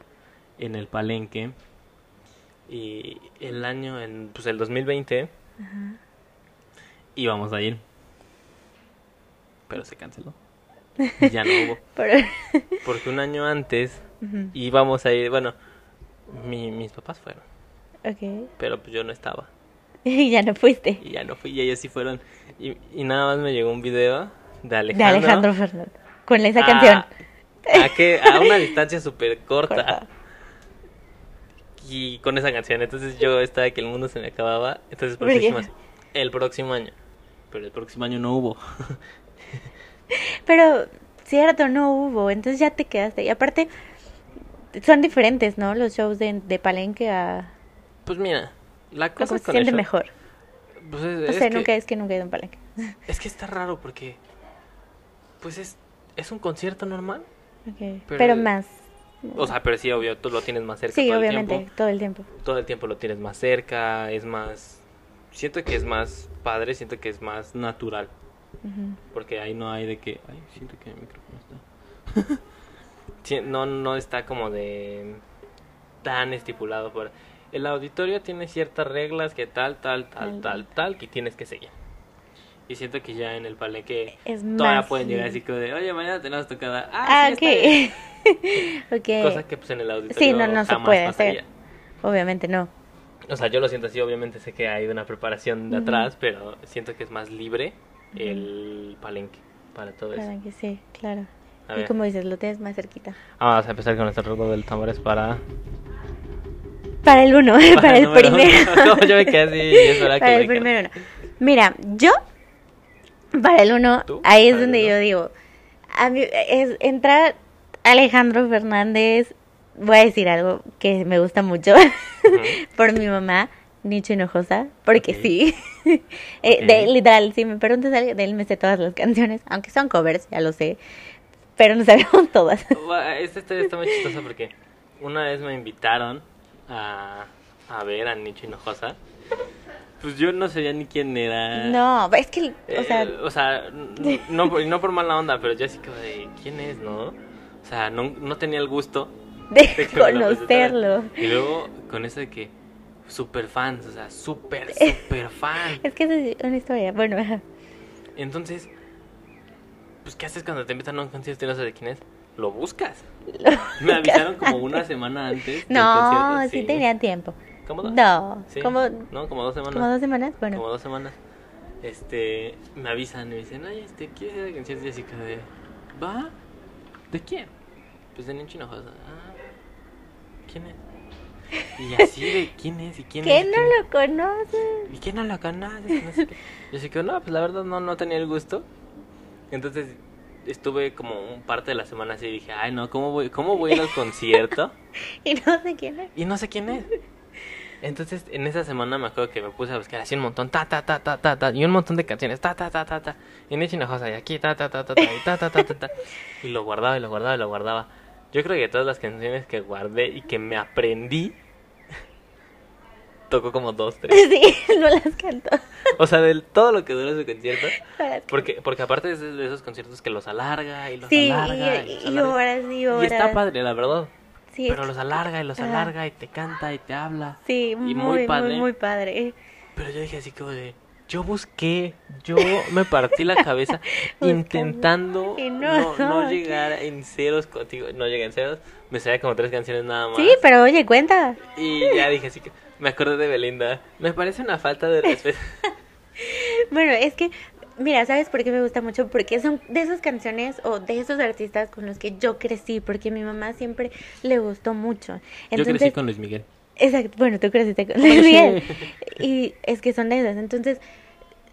Speaker 1: en el Palenque. Y el año, en, pues el 2020,
Speaker 2: Ajá.
Speaker 1: íbamos a ir. Pero se canceló. Ya no hubo.
Speaker 2: Pero- (laughs)
Speaker 1: Porque un año antes
Speaker 2: Ujú.
Speaker 1: Y vamos a ir, bueno, mi- mis papás fueron,
Speaker 2: Ok. (laughs)
Speaker 1: pero pues yo no estaba.
Speaker 2: Y ya no fuiste.
Speaker 1: Y ya no fui, y ellos sí fueron. Y, y nada más me llegó un video de Alejandro. Ah,
Speaker 2: De Alejandro Fernández. Con esa
Speaker 1: a-
Speaker 2: canción.
Speaker 1: A, que, a
Speaker 2: (laughs)
Speaker 1: una distancia súper corta.
Speaker 2: Corta.
Speaker 1: Y con esa canción. Entonces yo estaba que el mundo se me acababa. Entonces por
Speaker 2: ¿Por
Speaker 1: eso
Speaker 2: qué?
Speaker 1: dijimos, el próximo año. Pero el próximo año no hubo.
Speaker 2: Pero, cierto, no hubo. Entonces ya te quedaste. Y aparte, son diferentes, ¿no? Los shows de, de Palenque a.
Speaker 1: Pues mira, la cosa
Speaker 2: ¿Cómo se
Speaker 1: con
Speaker 2: siente
Speaker 1: eso-
Speaker 2: mejor?
Speaker 1: pues es,
Speaker 2: No
Speaker 1: es
Speaker 2: sé,
Speaker 1: que,
Speaker 2: nunca es que nunca he ido a Palenque.
Speaker 1: es que está raro porque pues es es un concierto normal.
Speaker 2: Ok.
Speaker 1: Pero-
Speaker 2: Pero, más.
Speaker 1: O sea, pero sí, obvio, tú lo tienes más cerca
Speaker 2: Mm. Sí,
Speaker 1: todo
Speaker 2: obviamente,
Speaker 1: el tiempo.
Speaker 2: todo el tiempo.
Speaker 1: Todo el tiempo lo tienes más cerca, es más siento que es más padre, siento que es más natural,
Speaker 2: Ujú.
Speaker 1: porque ahí no hay de que, ay, siento que mi micrófono está. (laughs) Sí, no no está como de tan estipulado por el auditorio tiene ciertas reglas que tal, tal, tal,
Speaker 2: Tal.
Speaker 1: tal, tal que tienes que seguir. Y siento que ya en el palenque
Speaker 2: Es
Speaker 1: Todavía
Speaker 2: más.
Speaker 1: pueden llegar así como de, oye, mañana tenemos tocada. Ah,
Speaker 2: Mm,
Speaker 1: sí,
Speaker 2: Ah, ok.
Speaker 1: está bien.
Speaker 2: (laughs) ok.
Speaker 1: Cosa que pues en el auditorio
Speaker 2: Sí, no, no se
Speaker 1: jamás
Speaker 2: puede
Speaker 1: pasaría.
Speaker 2: hacer. Obviamente no.
Speaker 1: O sea, yo lo siento así, obviamente sé que hay una preparación de
Speaker 2: Ujú.
Speaker 1: atrás, pero siento que es más libre el palenque para todo eso.
Speaker 2: Claro que sí, claro.
Speaker 1: A
Speaker 2: Y
Speaker 1: ver.
Speaker 2: como dices, lo tienes más cerquita.
Speaker 1: Vamos a empezar con nuestro ruido del tambores para...
Speaker 2: Para el uno, (laughs) para, el
Speaker 1: número uno. (laughs)
Speaker 2: primero.
Speaker 1: No, yo me quedé así y es hora que
Speaker 2: para el
Speaker 1: brincara.
Speaker 2: primero no. Mira, yo, para el uno,
Speaker 1: ¿Tú?
Speaker 2: ahí es
Speaker 1: Para el
Speaker 2: donde
Speaker 1: uno.
Speaker 2: yo digo, a mí es entrar Alejandro Fernández, voy a decir algo que me gusta mucho,
Speaker 1: Ujú.
Speaker 2: (laughs) por mi mamá, Nicho Hinojosa, porque
Speaker 1: Ok.
Speaker 2: sí. (laughs) Eh, de-
Speaker 1: Ok.
Speaker 2: literal, si me preguntas algo de él, me sé todas las canciones, aunque son covers, ya lo sé, pero no sabemos (laughs) todas.
Speaker 1: Ua, Esta historia está muy chistosa porque una vez me invitaron a, a ver a Nicho Hinojosa. Pues yo no sabía ni quién era.
Speaker 2: No, es que,
Speaker 1: Ah. Eh,
Speaker 2: o sea,
Speaker 1: n- no, por- no por mala onda, pero yo sí como de, ¿quién es, no? O sea, no, no tenía el gusto
Speaker 2: de
Speaker 1: de que me lo
Speaker 2: conocerlo.
Speaker 1: presentaran. Y luego, con eso de que, super fans, o sea, super, super
Speaker 2: (laughs)
Speaker 1: fan.
Speaker 2: Es que esa es una historia, bueno, (laughs) ajá.
Speaker 1: Entonces, pues, ¿qué haces cuando te invitan a un concierto y no sabes de quién es? Lo buscas. (laughs) Me avisaron como una semana antes. del
Speaker 2: No,
Speaker 1: concierto,
Speaker 2: sí tenía tiempo.
Speaker 1: ¿Cómo dos?
Speaker 2: No,
Speaker 1: Sí,
Speaker 2: como,
Speaker 1: No, como dos semanas.
Speaker 2: como dos semanas, bueno.
Speaker 1: como dos semanas, este, me avisan y me dicen, ay, este, ¿quieres ir al concierto de Jessica? De, ¿Va? ¿De quién? Pues de Nicho Hinojosa. Ah, ¿quién es? Y así de, ¿quién es? ¿Y quién
Speaker 2: ¿Qué
Speaker 1: es?
Speaker 2: no
Speaker 1: ¿Quién-
Speaker 2: lo conoces?
Speaker 1: ¿Y quién no lo conoce? No sé qué. Yo así que, no, pues la verdad no, no tenía el gusto. Entonces, estuve como un parte de la semana así y dije, ay, no, ¿cómo voy, cómo voy a ir al concierto?
Speaker 2: (laughs) Y no sé quién es.
Speaker 1: Y no sé
Speaker 2: (laughs)
Speaker 1: quién es. Entonces, en esa semana me acuerdo que me puse a buscar así un montón, ta, ta, ta, ta, ta, ta, y un montón de canciones, ta, ta, ta, ta, ta, y en Hinojosa, y aquí, ta, ta, ta, ta, ta, y ta, ta, ta, ta, ta. Y lo guardaba, y lo guardaba, y lo guardaba. Yo creo que todas las canciones que guardé y que me aprendí, tocó como dos,
Speaker 2: (laughs)
Speaker 1: tres.
Speaker 2: Sí, no las cantó.
Speaker 1: O sea, de todo lo que dura ese concierto,
Speaker 2: no las cantó.
Speaker 1: porque, porque aparte es de esos conciertos que los alarga, y los
Speaker 2: Sí,
Speaker 1: alarga, y,
Speaker 2: y,
Speaker 1: los
Speaker 2: y
Speaker 1: alarga.
Speaker 2: horas y horas.
Speaker 1: Y está padre, la verdad.
Speaker 2: Sí,
Speaker 1: Pero los alarga, y los
Speaker 2: Ajá.
Speaker 1: alarga, y te canta, y te habla.
Speaker 2: sí, muy,
Speaker 1: muy
Speaker 2: muy,
Speaker 1: padre.
Speaker 2: muy, padre.
Speaker 1: Pero yo dije así como de, yo busqué, yo me partí la cabeza
Speaker 2: (laughs) Buscando.
Speaker 1: intentando
Speaker 2: Y
Speaker 1: no,
Speaker 2: no,
Speaker 1: no
Speaker 2: no,
Speaker 1: llegar en ceros contigo, no llegué en ceros, me sabía como tres canciones nada más.
Speaker 2: Sí, pero oye, cuenta.
Speaker 1: Y ya dije así que, me acordé de Belinda, me parece una falta de respeto.
Speaker 2: Bueno, es que, mira, ¿sabes por qué me gusta mucho? Porque son de esas canciones o de esos artistas con los que yo crecí, porque mi mamá siempre le gustó mucho. Entonces,
Speaker 1: (laughs) yo crecí con Luis Miguel.
Speaker 2: Exacto, bueno, tú
Speaker 1: (laughs)
Speaker 2: creciste con
Speaker 1: Oye.
Speaker 2: Luis Miguel. Y es que son de esas. Entonces,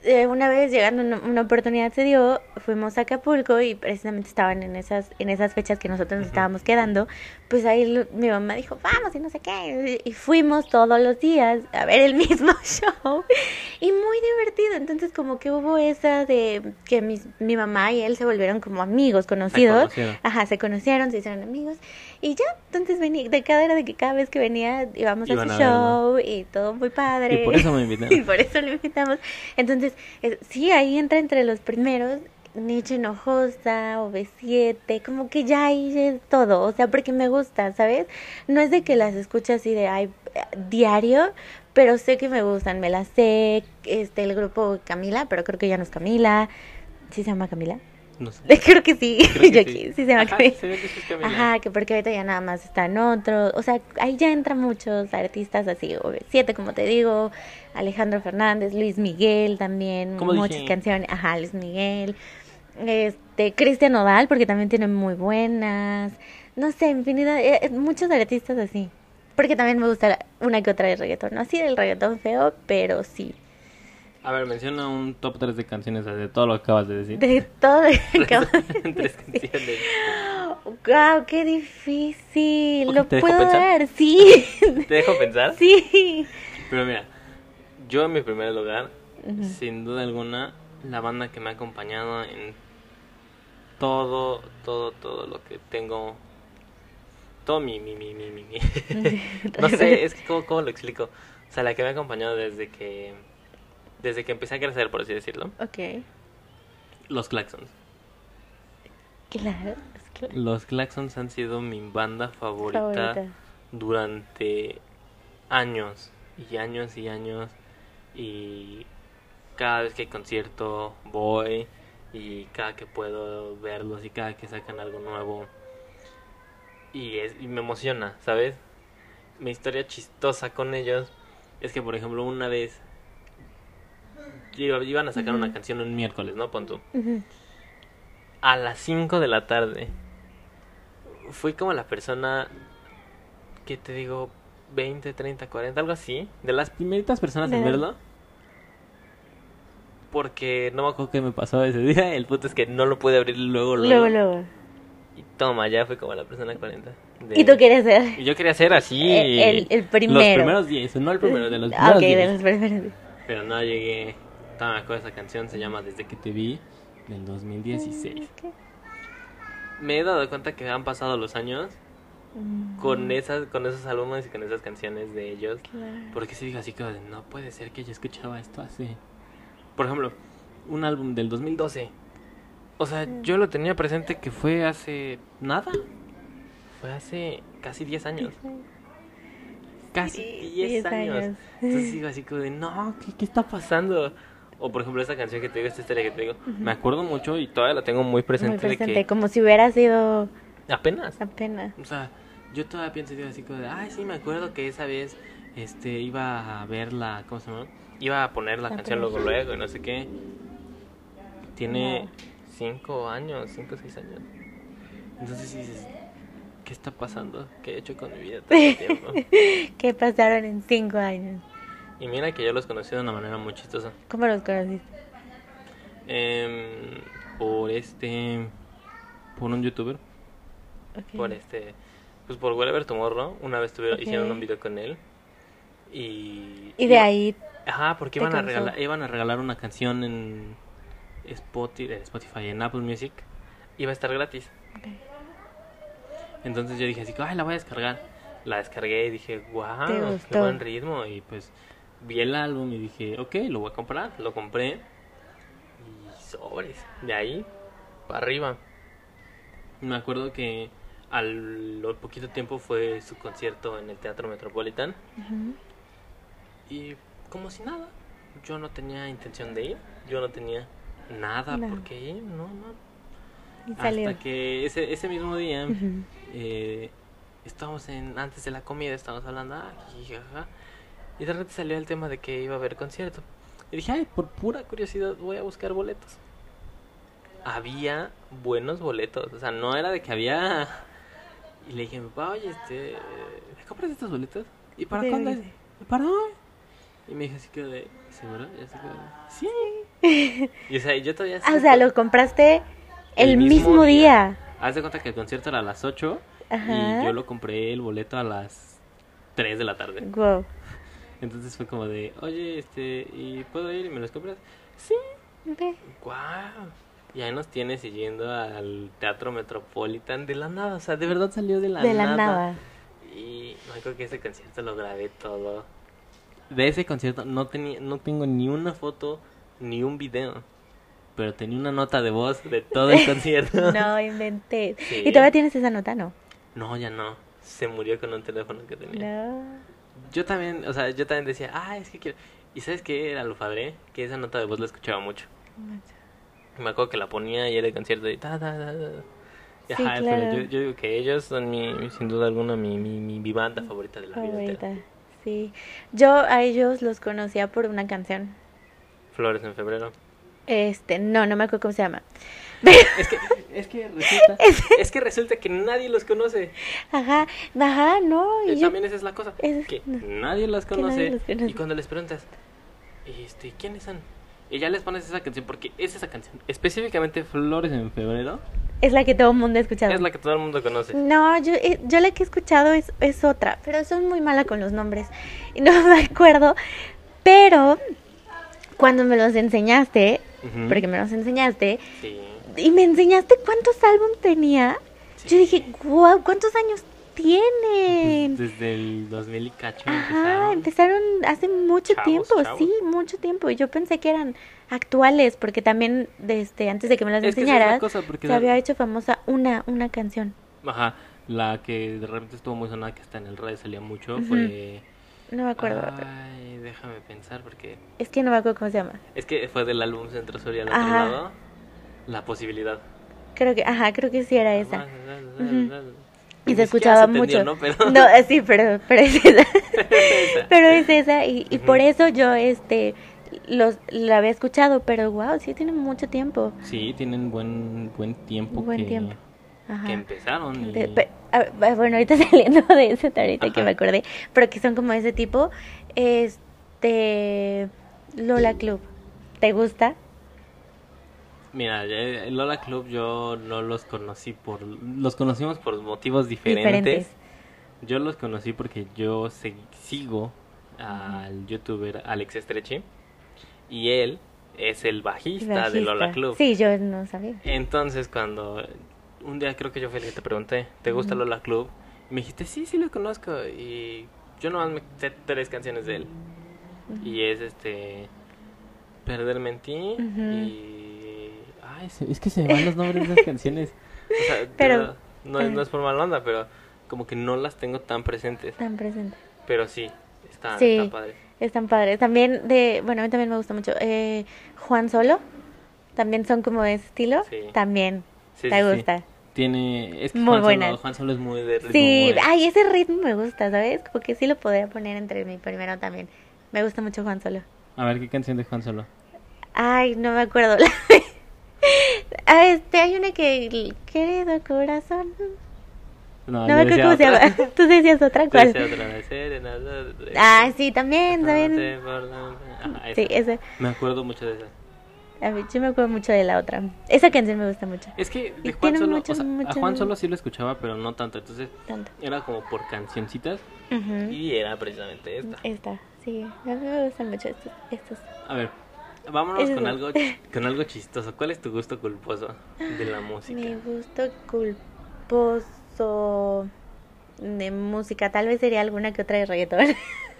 Speaker 2: eh, una vez llegando, una, una oportunidad se dio, fuimos a Acapulco y precisamente estaban en esas en esas fechas que nosotros nos
Speaker 1: Ujú.
Speaker 2: estábamos quedando. Pues ahí lo- mi mamá dijo, vamos y no sé qué. Y fuimos todos los días a ver el (laughs) mismo show. Y muy divertido. Entonces, como que hubo esa de que mis- mi mamá y él se volvieron como amigos, conocidos.
Speaker 1: conocieron.
Speaker 2: Ajá, se conocieron, se hicieron amigos. Y ya, entonces venía, de cada era de que cada vez que venía íbamos
Speaker 1: Iban
Speaker 2: a
Speaker 1: a
Speaker 2: su show y todo muy padre.
Speaker 1: Y por
Speaker 2: (laughs)
Speaker 1: eso me invitaron.
Speaker 2: Y por eso lo invitamos. Entonces, es- sí, ahí entra entre los primeros. Nietzsche Hinojosa, OV7, como que ya ahí es todo, o sea, porque me gusta, ¿sabes? No es de que las escuchas así de ay, eh, diario, pero sé que me gustan, me las sé, este, el grupo Camila, (laughs) pero creo que ya no es Camila, ¿sí se llama Camila?
Speaker 1: No sé.
Speaker 2: Creo que sí.
Speaker 1: Creo que
Speaker 2: (laughs) Yo
Speaker 1: sí.
Speaker 2: aquí sí se me
Speaker 1: Ajá,
Speaker 2: acabé.
Speaker 1: se ve que sí está bien.
Speaker 2: Ajá, que porque ahorita ya nada más están otros. O sea, ahí ya entran muchos artistas así, o siete como te digo, Alejandro Fernández, Luis Miguel también,
Speaker 1: Como
Speaker 2: muchas
Speaker 1: dije.
Speaker 2: canciones. Ajá, Luis Miguel. Este, Cristian Odal, porque también tiene muy buenas. No sé, infinidad, eh, eh, muchos artistas así. Porque también me gusta una que otra de reggaetón. No así el reggaetón feo, pero sí.
Speaker 1: A ver, menciona un top 3 de canciones de todo lo que acabas de (laughs) decir.
Speaker 2: De todo.
Speaker 1: (laughs)
Speaker 2: acabo de (laughs)
Speaker 1: Tres canciones.
Speaker 2: Wow, qué difícil.
Speaker 1: Ok,
Speaker 2: Lo
Speaker 1: ¿te dejo
Speaker 2: puedo
Speaker 1: pensar? (laughs)
Speaker 2: dar, sí.
Speaker 1: Te dejo pensar.
Speaker 2: sí.
Speaker 1: Pero mira, yo en mi primer lugar,
Speaker 2: Ujú.
Speaker 1: sin duda alguna, la banda que me ha acompañado en todo, todo, todo lo que tengo. Todo mi, mi, mi, mi, mi. mi. (laughs)
Speaker 2: (laughs)
Speaker 1: no sé, es que cómo, cómo lo explico. O sea, la que me ha acompañado desde que. Desde que empecé a crecer, por así decirlo.
Speaker 2: Ok.
Speaker 1: Los Claxons.
Speaker 2: Claro, es claro.
Speaker 1: Los Claxons han sido mi banda favorita. durante años y años y años y cada vez que hay concierto voy y cada que puedo verlos y cada que sacan algo nuevo y, es, y me emociona, ¿sabes? Mi historia chistosa con ellos es que por ejemplo una vez iba- iban a sacar una
Speaker 2: Ujú.
Speaker 1: canción un miércoles, ¿no? Pon tú
Speaker 2: Ujú.
Speaker 1: a las 5 de la tarde. Fui como la persona que te digo 20, 30, 40, algo así, de las primeritas personas en
Speaker 2: Ajá.
Speaker 1: verlo. Porque no me acuerdo qué me pasó ese (laughs) día, el punto es que no lo pude abrir luego luego.
Speaker 2: Luego, luego.
Speaker 1: Y toma, ya fui como la persona 40. de-
Speaker 2: ¿Y tú quieres ser?
Speaker 1: Y yo quería ser así.
Speaker 2: El- el
Speaker 1: Los
Speaker 2: primero.
Speaker 1: primeros 10, no el primero, de los
Speaker 2: Ah,
Speaker 1: primeros
Speaker 2: Ok,
Speaker 1: 10.
Speaker 2: de los primeros.
Speaker 1: Pero no llegué. Toma, me acuerdo esa canción, se llama Desde que te vi, del 2016.
Speaker 2: Ok.
Speaker 1: Me he dado cuenta que han pasado los años
Speaker 2: Mm,
Speaker 1: con esas con esos álbumes y con esas canciones de ellos
Speaker 2: claro.
Speaker 1: porque sí digo así como de, no puede ser que yo escuchaba esto hace por ejemplo un álbum del 2012 o sea
Speaker 2: Mm.
Speaker 1: yo lo tenía presente que fue hace nada fue hace casi 10 años casi
Speaker 2: Sí,
Speaker 1: 10 años. entonces digo así como de no ¿qué, qué está pasando o por ejemplo esa canción que te digo esta historia que te digo me acuerdo mucho y todavía la tengo muy
Speaker 2: Muy
Speaker 1: presente,
Speaker 2: presente,
Speaker 1: de
Speaker 2: como si hubiera sido
Speaker 1: que apenas
Speaker 2: apenas.
Speaker 1: o sea, yo todavía pienso y digo así como de, ay, sí, me acuerdo que esa vez este iba a ver la, ¿cómo se llama? Iba a poner la
Speaker 2: La
Speaker 1: canción luego
Speaker 2: película.
Speaker 1: luego y no sé qué. Tiene
Speaker 2: No.
Speaker 1: cinco años, cinco o seis años. Entonces sí dices, ¿qué está pasando? ¿Qué he hecho con mi vida tanto tiempo?
Speaker 2: ¿Qué pasaron en cinco años?
Speaker 1: y mira que yo los conocí de una manera muy chistosa.
Speaker 2: ¿Cómo los conociste?
Speaker 1: Em, por este, por un youtuber,
Speaker 2: Ok.
Speaker 1: por este, pues por Wherever Tomorrow, una vez tuvieron,
Speaker 2: Ok.
Speaker 1: hicieron un video con él. Y,
Speaker 2: Y de ahí,
Speaker 1: Ajá, porque
Speaker 2: Te
Speaker 1: iban a,
Speaker 2: cansó.
Speaker 1: regalar, iban a regalar una canción en Spotify, en Spotify, en Apple Music. Iba a estar gratis. Entonces yo dije así, que, ay, la voy a descargar. La descargué y dije, wow,
Speaker 2: Te
Speaker 1: qué
Speaker 2: gustó.
Speaker 1: buen ritmo. Y pues vi el álbum y dije, ok, lo voy a comprar. Lo compré. Y sobres. De ahí para arriba. Me acuerdo que al al poquito tiempo fue su concierto en el Teatro Metropolitan.
Speaker 2: Ujú.
Speaker 1: Y como si nada, yo no tenía intención de ir, yo no tenía nada
Speaker 2: Nada.
Speaker 1: por qué ir, no, no.
Speaker 2: y salió.
Speaker 1: Hasta que ese, ese mismo día,
Speaker 2: Ujú.
Speaker 1: eh, estábamos en, antes de la comida, estábamos hablando, ah, y, jaja, y de repente salió el tema de que iba a haber concierto. Y dije, ay, por pura curiosidad voy a buscar boletos. Había buenos boletos, o sea, no era de que había... Y le dije a mi papá, oye, este, ¿me compras estos boletos? ¿Y para
Speaker 2: Sí,
Speaker 1: cuándo
Speaker 2: sí,
Speaker 1: es?
Speaker 2: sí.
Speaker 1: "¿Y ¿Para hoy?" Y me dijo así que de, ¿seguro? Y así que de, sí. Y o sea, yo todavía...
Speaker 2: Ah, (laughs) o
Speaker 1: supe-
Speaker 2: sea, lo compraste el,
Speaker 1: El mismo
Speaker 2: mismo, día.
Speaker 1: Haz de cuenta que el concierto era a las 8
Speaker 2: Ajá.
Speaker 1: y yo lo compré el boleto a las 3 de la tarde.
Speaker 2: Wow.
Speaker 1: Entonces fue como de, oye, este, ¿y puedo ir y me los compras? Sí.
Speaker 2: Ve.
Speaker 1: ¡Guau! Y ahí nos tienes siguiendo al Teatro Metropolitan de la nada. O sea, de verdad salió de la
Speaker 2: de la
Speaker 1: nada.
Speaker 2: nada.
Speaker 1: Y me acuerdo que ese concierto lo grabé todo. De ese concierto no tenía, no tengo ni una foto ni un video. Pero tenía una nota de voz de todo
Speaker 2: (laughs)
Speaker 1: el (laughs) concierto.
Speaker 2: No inventé.
Speaker 1: Sí.
Speaker 2: ¿Y todavía tienes esa nota, no?
Speaker 1: No, ya no. Se murió con un teléfono que tenía.
Speaker 2: No.
Speaker 1: Yo también, o sea, yo también decía, ah, es que quiero. ¿Y sabes qué era lo padre? Que esa nota de voz la escuchaba mucho. Me acuerdo que la ponía y era el concierto y ta, ta, ta, ta. Y,
Speaker 2: Sí,
Speaker 1: ajá,
Speaker 2: claro.
Speaker 1: pero yo, yo digo que ellos son mi, sin duda alguna mi, mi, mi, mi banda favorita de la vida
Speaker 2: favorita.
Speaker 1: entera.
Speaker 2: Sí. Yo a ellos los conocía por una canción.
Speaker 1: Flores en febrero.
Speaker 2: Este, no, no me acuerdo cómo se llama.
Speaker 1: Es que, es que
Speaker 2: (laughs)
Speaker 1: resulta, es que resulta que nadie los conoce.
Speaker 2: Ajá, ajá, no.
Speaker 1: Eh,
Speaker 2: Y yo,
Speaker 1: También esa es la cosa.
Speaker 2: Esa-
Speaker 1: que
Speaker 2: no.
Speaker 1: nadie las
Speaker 2: Que nadie
Speaker 1: conoce.
Speaker 2: las conoce.
Speaker 1: Y cuando les preguntas, este, ¿quiénes son? Y ya les pones esa canción, porque es esa canción. Específicamente Flores en Febrero.
Speaker 2: es la que todo el mundo ha escuchado.
Speaker 1: Es la que todo el mundo conoce.
Speaker 2: No, yo, eh, yo la que he escuchado es, es otra, pero soy muy mala con los nombres y no (laughs) me acuerdo. Pero cuando me los enseñaste,
Speaker 1: Ujú.
Speaker 2: porque me los enseñaste,
Speaker 1: Sí.
Speaker 2: y me enseñaste cuántos álbumes tenía,
Speaker 1: Sí.
Speaker 2: yo dije, wow, ¿cuántos años tienen?
Speaker 1: Desde el 2000 y cacho empezaron.
Speaker 2: Ajá, empezaron hace mucho
Speaker 1: Chavos,
Speaker 2: tiempo,
Speaker 1: chavos.
Speaker 2: sí, mucho tiempo. Y yo pensé que eran actuales, porque también desde antes de que me las
Speaker 1: Es que esa es la
Speaker 2: enseñaras,
Speaker 1: cosa, porque
Speaker 2: se
Speaker 1: la-
Speaker 2: había hecho famosa una, una canción.
Speaker 1: Ajá, la que de repente estuvo muy sonada, que hasta en el radio salía mucho,
Speaker 2: Ujú.
Speaker 1: fue...
Speaker 2: No me acuerdo.
Speaker 1: Ah. Ay, déjame pensar, porque...
Speaker 2: Es que no me acuerdo cómo se llama.
Speaker 1: Es que fue del álbum Centro Sur y al otro
Speaker 2: Ajá.
Speaker 1: lado, La Posibilidad.
Speaker 2: Creo que, ajá, creo que sí era esa. Ujú. Y
Speaker 1: Ah, Ni siquiera
Speaker 2: se escuchaba
Speaker 1: entendió,
Speaker 2: mucho.
Speaker 1: ¿no? Pero-
Speaker 2: (laughs) eh, sí, pero, pero es
Speaker 1: (laughs)
Speaker 2: esa.
Speaker 1: Esa.
Speaker 2: pero es esa. Y, y
Speaker 1: Ujú.
Speaker 2: por eso yo, este, los, la había escuchado, pero wow, sí tiene mucho tiempo.
Speaker 1: (laughs) Sí, tienen buen, buen tiempo
Speaker 2: Buen
Speaker 1: que,
Speaker 2: tiempo. Ajá.
Speaker 1: que empezaron. y-
Speaker 2: De- pe- ah, ah, bueno, ahorita (laughs) saliendo de ese ahorita que
Speaker 1: Ajá.
Speaker 2: me acordé, pero que son como ese tipo, este, Lola Club, ¿te gusta?
Speaker 1: Mira, eh, Lola Club yo no los conocí por... Los conocimos por motivos
Speaker 2: Diferentes.
Speaker 1: diferentes. Yo los conocí porque yo se- sigo al youtuber Alex Estreche y él es el bajista, de Lola
Speaker 2: Bajista.
Speaker 1: Club.
Speaker 2: Sí, yo no sabía.
Speaker 1: Entonces cuando un día creo que yo fui el que te pregunté, ¿te gusta
Speaker 2: Ujú.
Speaker 1: Lola Club? Y me dijiste, sí, sí lo conozco y yo nomás me sé tres canciones de él. Y es este... Perderme en ti
Speaker 2: Ujú.
Speaker 1: y... Ay, se- es que se me van los nombres de las canciones. (laughs) O sea, de
Speaker 2: Pero- eh.
Speaker 1: verdad, no, es- no es por mala onda, pero como que no las tengo tan presentes.
Speaker 2: Están presentes.
Speaker 1: Pero sí, está,
Speaker 2: Sí.
Speaker 1: está padre.
Speaker 2: Están padres. También de, bueno, a mí también me gusta mucho. eh, Juan Solo, también son como de ese estilo.
Speaker 1: Sí.
Speaker 2: También,
Speaker 1: Sí,
Speaker 2: ¿te
Speaker 1: sí, sí.
Speaker 2: gusta?
Speaker 1: Tiene. Es que
Speaker 2: Muy
Speaker 1: Juan, Solo,
Speaker 2: buenas.
Speaker 1: Juan Solo es muy de ritmo.
Speaker 2: Sí,
Speaker 1: muy-
Speaker 2: ay, ese ritmo me gusta, ¿sabes? Como que sí lo podría poner entre mi primero también. Me gusta mucho Juan Solo.
Speaker 1: A ver, ¿qué canción de Juan Solo?
Speaker 2: Ay, no me acuerdo. (laughs) Ah, este, hay una que. Querido corazón. No, me
Speaker 1: Ah, yo decía
Speaker 2: acuerdo cómo se
Speaker 1: otra.
Speaker 2: llama. (laughs) Tú decías
Speaker 1: (laughs)
Speaker 2: otra,
Speaker 1: Yo
Speaker 2: ¿cuál?
Speaker 1: decía otra de serenata, de-
Speaker 2: Ah, sí, también,
Speaker 1: No
Speaker 2: también.
Speaker 1: te perdono. Ajá, Ah, esa.
Speaker 2: Sí, esa.
Speaker 1: Me acuerdo mucho de esa.
Speaker 2: A mí, yo me acuerdo mucho de la otra. Esa canción me gusta mucho.
Speaker 1: Es que de
Speaker 2: Y
Speaker 1: Juan
Speaker 2: tiene
Speaker 1: Solo.
Speaker 2: mucho,
Speaker 1: o sea,
Speaker 2: mucho-
Speaker 1: A Juan Solo sí lo escuchaba, pero no tanto. Entonces
Speaker 2: Tanto.
Speaker 1: era como por cancioncitas.
Speaker 2: Ujú.
Speaker 1: Y era precisamente esta.
Speaker 2: Esta, sí. A mí me gustan mucho estos. estos.
Speaker 1: A ver, vámonos
Speaker 2: Eso.
Speaker 1: con algo,
Speaker 2: (laughs)
Speaker 1: con algo chistoso. ¿Cuál es tu gusto culposo de la
Speaker 2: Mi
Speaker 1: música?
Speaker 2: gusto culposo de música. Tal vez sería alguna que otra de reggaetón. (laughs)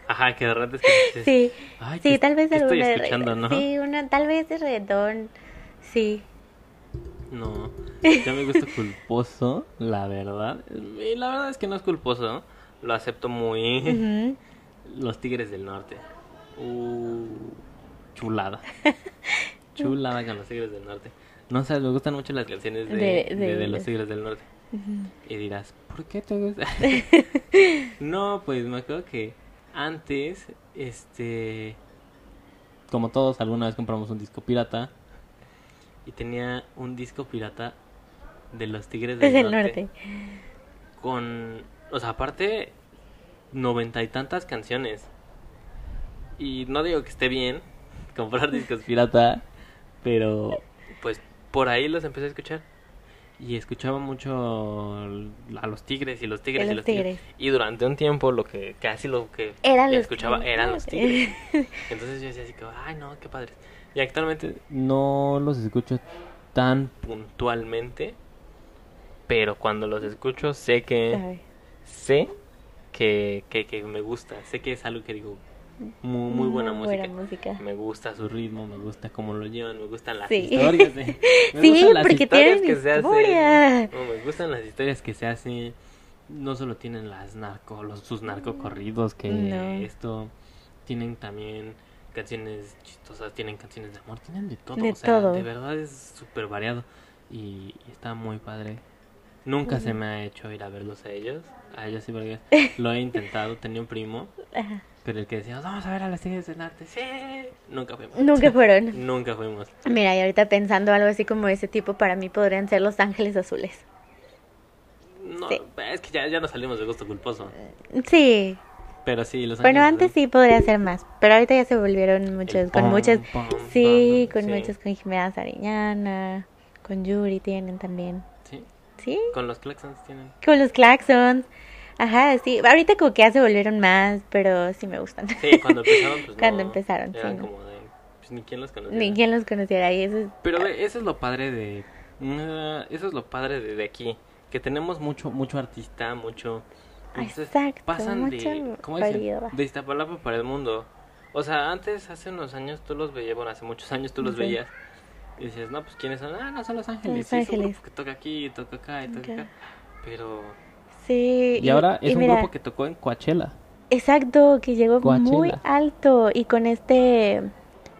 Speaker 1: Ajá, que de repente es que dices,
Speaker 2: Sí,
Speaker 1: Ay,
Speaker 2: sí,
Speaker 1: ¿qué-
Speaker 2: tal vez
Speaker 1: qué estoy
Speaker 2: alguna de
Speaker 1: escuchando,
Speaker 2: reggaetón.
Speaker 1: no?
Speaker 2: Sí, una, tal vez de reggaetón.
Speaker 1: (laughs)
Speaker 2: Sí. (laughs)
Speaker 1: No, ya me gusta culposo, la verdad. Y la verdad es que no es culposo, lo acepto muy.
Speaker 2: Ujú. (laughs)
Speaker 1: Los Tigres del Norte. Uh, (laughs) chulada. Chulada con los Tigres del Norte. No sé, me gustan mucho las canciones de, de-
Speaker 2: De- de-
Speaker 1: de los Tigres del Norte. Y dirás, ¿por qué te (laughs) gusta? no, pues me acuerdo que antes, este... Como todos, alguna vez compramos un disco pirata. Y tenía un disco pirata de los Tigres del
Speaker 2: Desde el
Speaker 1: norte
Speaker 2: norte.
Speaker 1: con, o sea, aparte, noventa y tantas canciones. Y no digo que esté bien (laughs) comprar discos pirata, pero pues por ahí los empecé a escuchar. Y escuchaba mucho a los tigres y los tigres
Speaker 2: A
Speaker 1: y
Speaker 2: los
Speaker 1: los tigres.
Speaker 2: Tigres.
Speaker 1: Y durante un tiempo lo que casi lo que
Speaker 2: Eran los
Speaker 1: escuchaba
Speaker 2: Tigres.
Speaker 1: eran
Speaker 2: (laughs)
Speaker 1: los tigres. Entonces yo decía así como, ay no, qué padres. Y actualmente no los escucho tan puntualmente, pero cuando los escucho sé que
Speaker 2: Sabe.
Speaker 1: sé que, que, que me gusta, sé que es algo que digo, muy, muy buena música.
Speaker 2: música.
Speaker 1: Me gusta su ritmo, me gusta cómo lo llevan, me gustan las
Speaker 2: Sí.
Speaker 1: historias.
Speaker 2: (laughs)
Speaker 1: eh. Me
Speaker 2: Sí,
Speaker 1: gustan las
Speaker 2: porque
Speaker 1: historias
Speaker 2: tienen
Speaker 1: que se hacen.
Speaker 2: historia.
Speaker 1: No, me gustan las historias que se hacen. No solo tienen las narco, los, sus narcocorridos, que
Speaker 2: No.
Speaker 1: esto tienen también canciones chistosas, tienen canciones de amor, tienen de todo.
Speaker 2: De
Speaker 1: o sea,
Speaker 2: todo.
Speaker 1: de verdad es súper variado y, y está muy padre. Nunca se me ha hecho ir a verlos a ellos. A ellos sí,
Speaker 2: (laughs)
Speaker 1: porque lo he intentado. Tenía un primo,
Speaker 2: (laughs) Ajá.
Speaker 1: pero el que decía, vamos a ver a las Tigres del Norte. Sí, nunca fuimos. (laughs)
Speaker 2: (laughs) Nunca fueron.
Speaker 1: Nunca fuimos.
Speaker 2: Mira, y ahorita pensando algo así como ese tipo, para mí podrían ser Los Ángeles Azules.
Speaker 1: No,
Speaker 2: Sí.
Speaker 1: es que ya, ya nos salimos de gusto culposo.
Speaker 2: Sí,
Speaker 1: Pero sí, los
Speaker 2: bueno,
Speaker 1: Ángeles
Speaker 2: antes
Speaker 1: Azules.
Speaker 2: sí podría ser más, pero ahorita ya se volvieron
Speaker 1: El
Speaker 2: muchos, con
Speaker 1: pom,
Speaker 2: muchas,
Speaker 1: pom,
Speaker 2: sí,
Speaker 1: pom,
Speaker 2: con muchas, con Jimena Sariñana, con Yuri tienen también,
Speaker 1: Sí,
Speaker 2: sí,
Speaker 1: con los Claxons tienen.
Speaker 2: con los Claxons, ajá, sí, ahorita como que ya se volvieron más, pero sí me gustan,
Speaker 1: Sí, cuando empezaron, pues no,
Speaker 2: (laughs) Cuando empezaron,
Speaker 1: eran
Speaker 2: sí, no.
Speaker 1: como de, pues ni quién los conocía.
Speaker 2: ni quien los conociera y eso es,
Speaker 1: Pero ve, eso es lo padre de, ah, eso es lo padre de, de aquí, que tenemos mucho, mucho artista, mucho, entonces,
Speaker 2: Exacto,
Speaker 1: pasan de,
Speaker 2: mucha
Speaker 1: ¿cómo dicen?
Speaker 2: variedad.
Speaker 1: De Iztapalapa para el mundo. O sea, antes, hace unos años, tú los veías, bueno, hace muchos años tú los
Speaker 2: Sí.
Speaker 1: veías. Y decías, no, pues quiénes son, ah, no, son Los Ángeles.
Speaker 2: Los
Speaker 1: sí, es un
Speaker 2: Ángeles.
Speaker 1: grupo que toca aquí, toca acá, y toca
Speaker 2: Ok.
Speaker 1: acá. Pero...
Speaker 2: sí,
Speaker 1: Y ahora es
Speaker 2: y
Speaker 1: un
Speaker 2: mira,
Speaker 1: grupo que tocó en Coachella.
Speaker 2: Exacto, que llegó muy
Speaker 1: Coachella.
Speaker 2: alto y con este,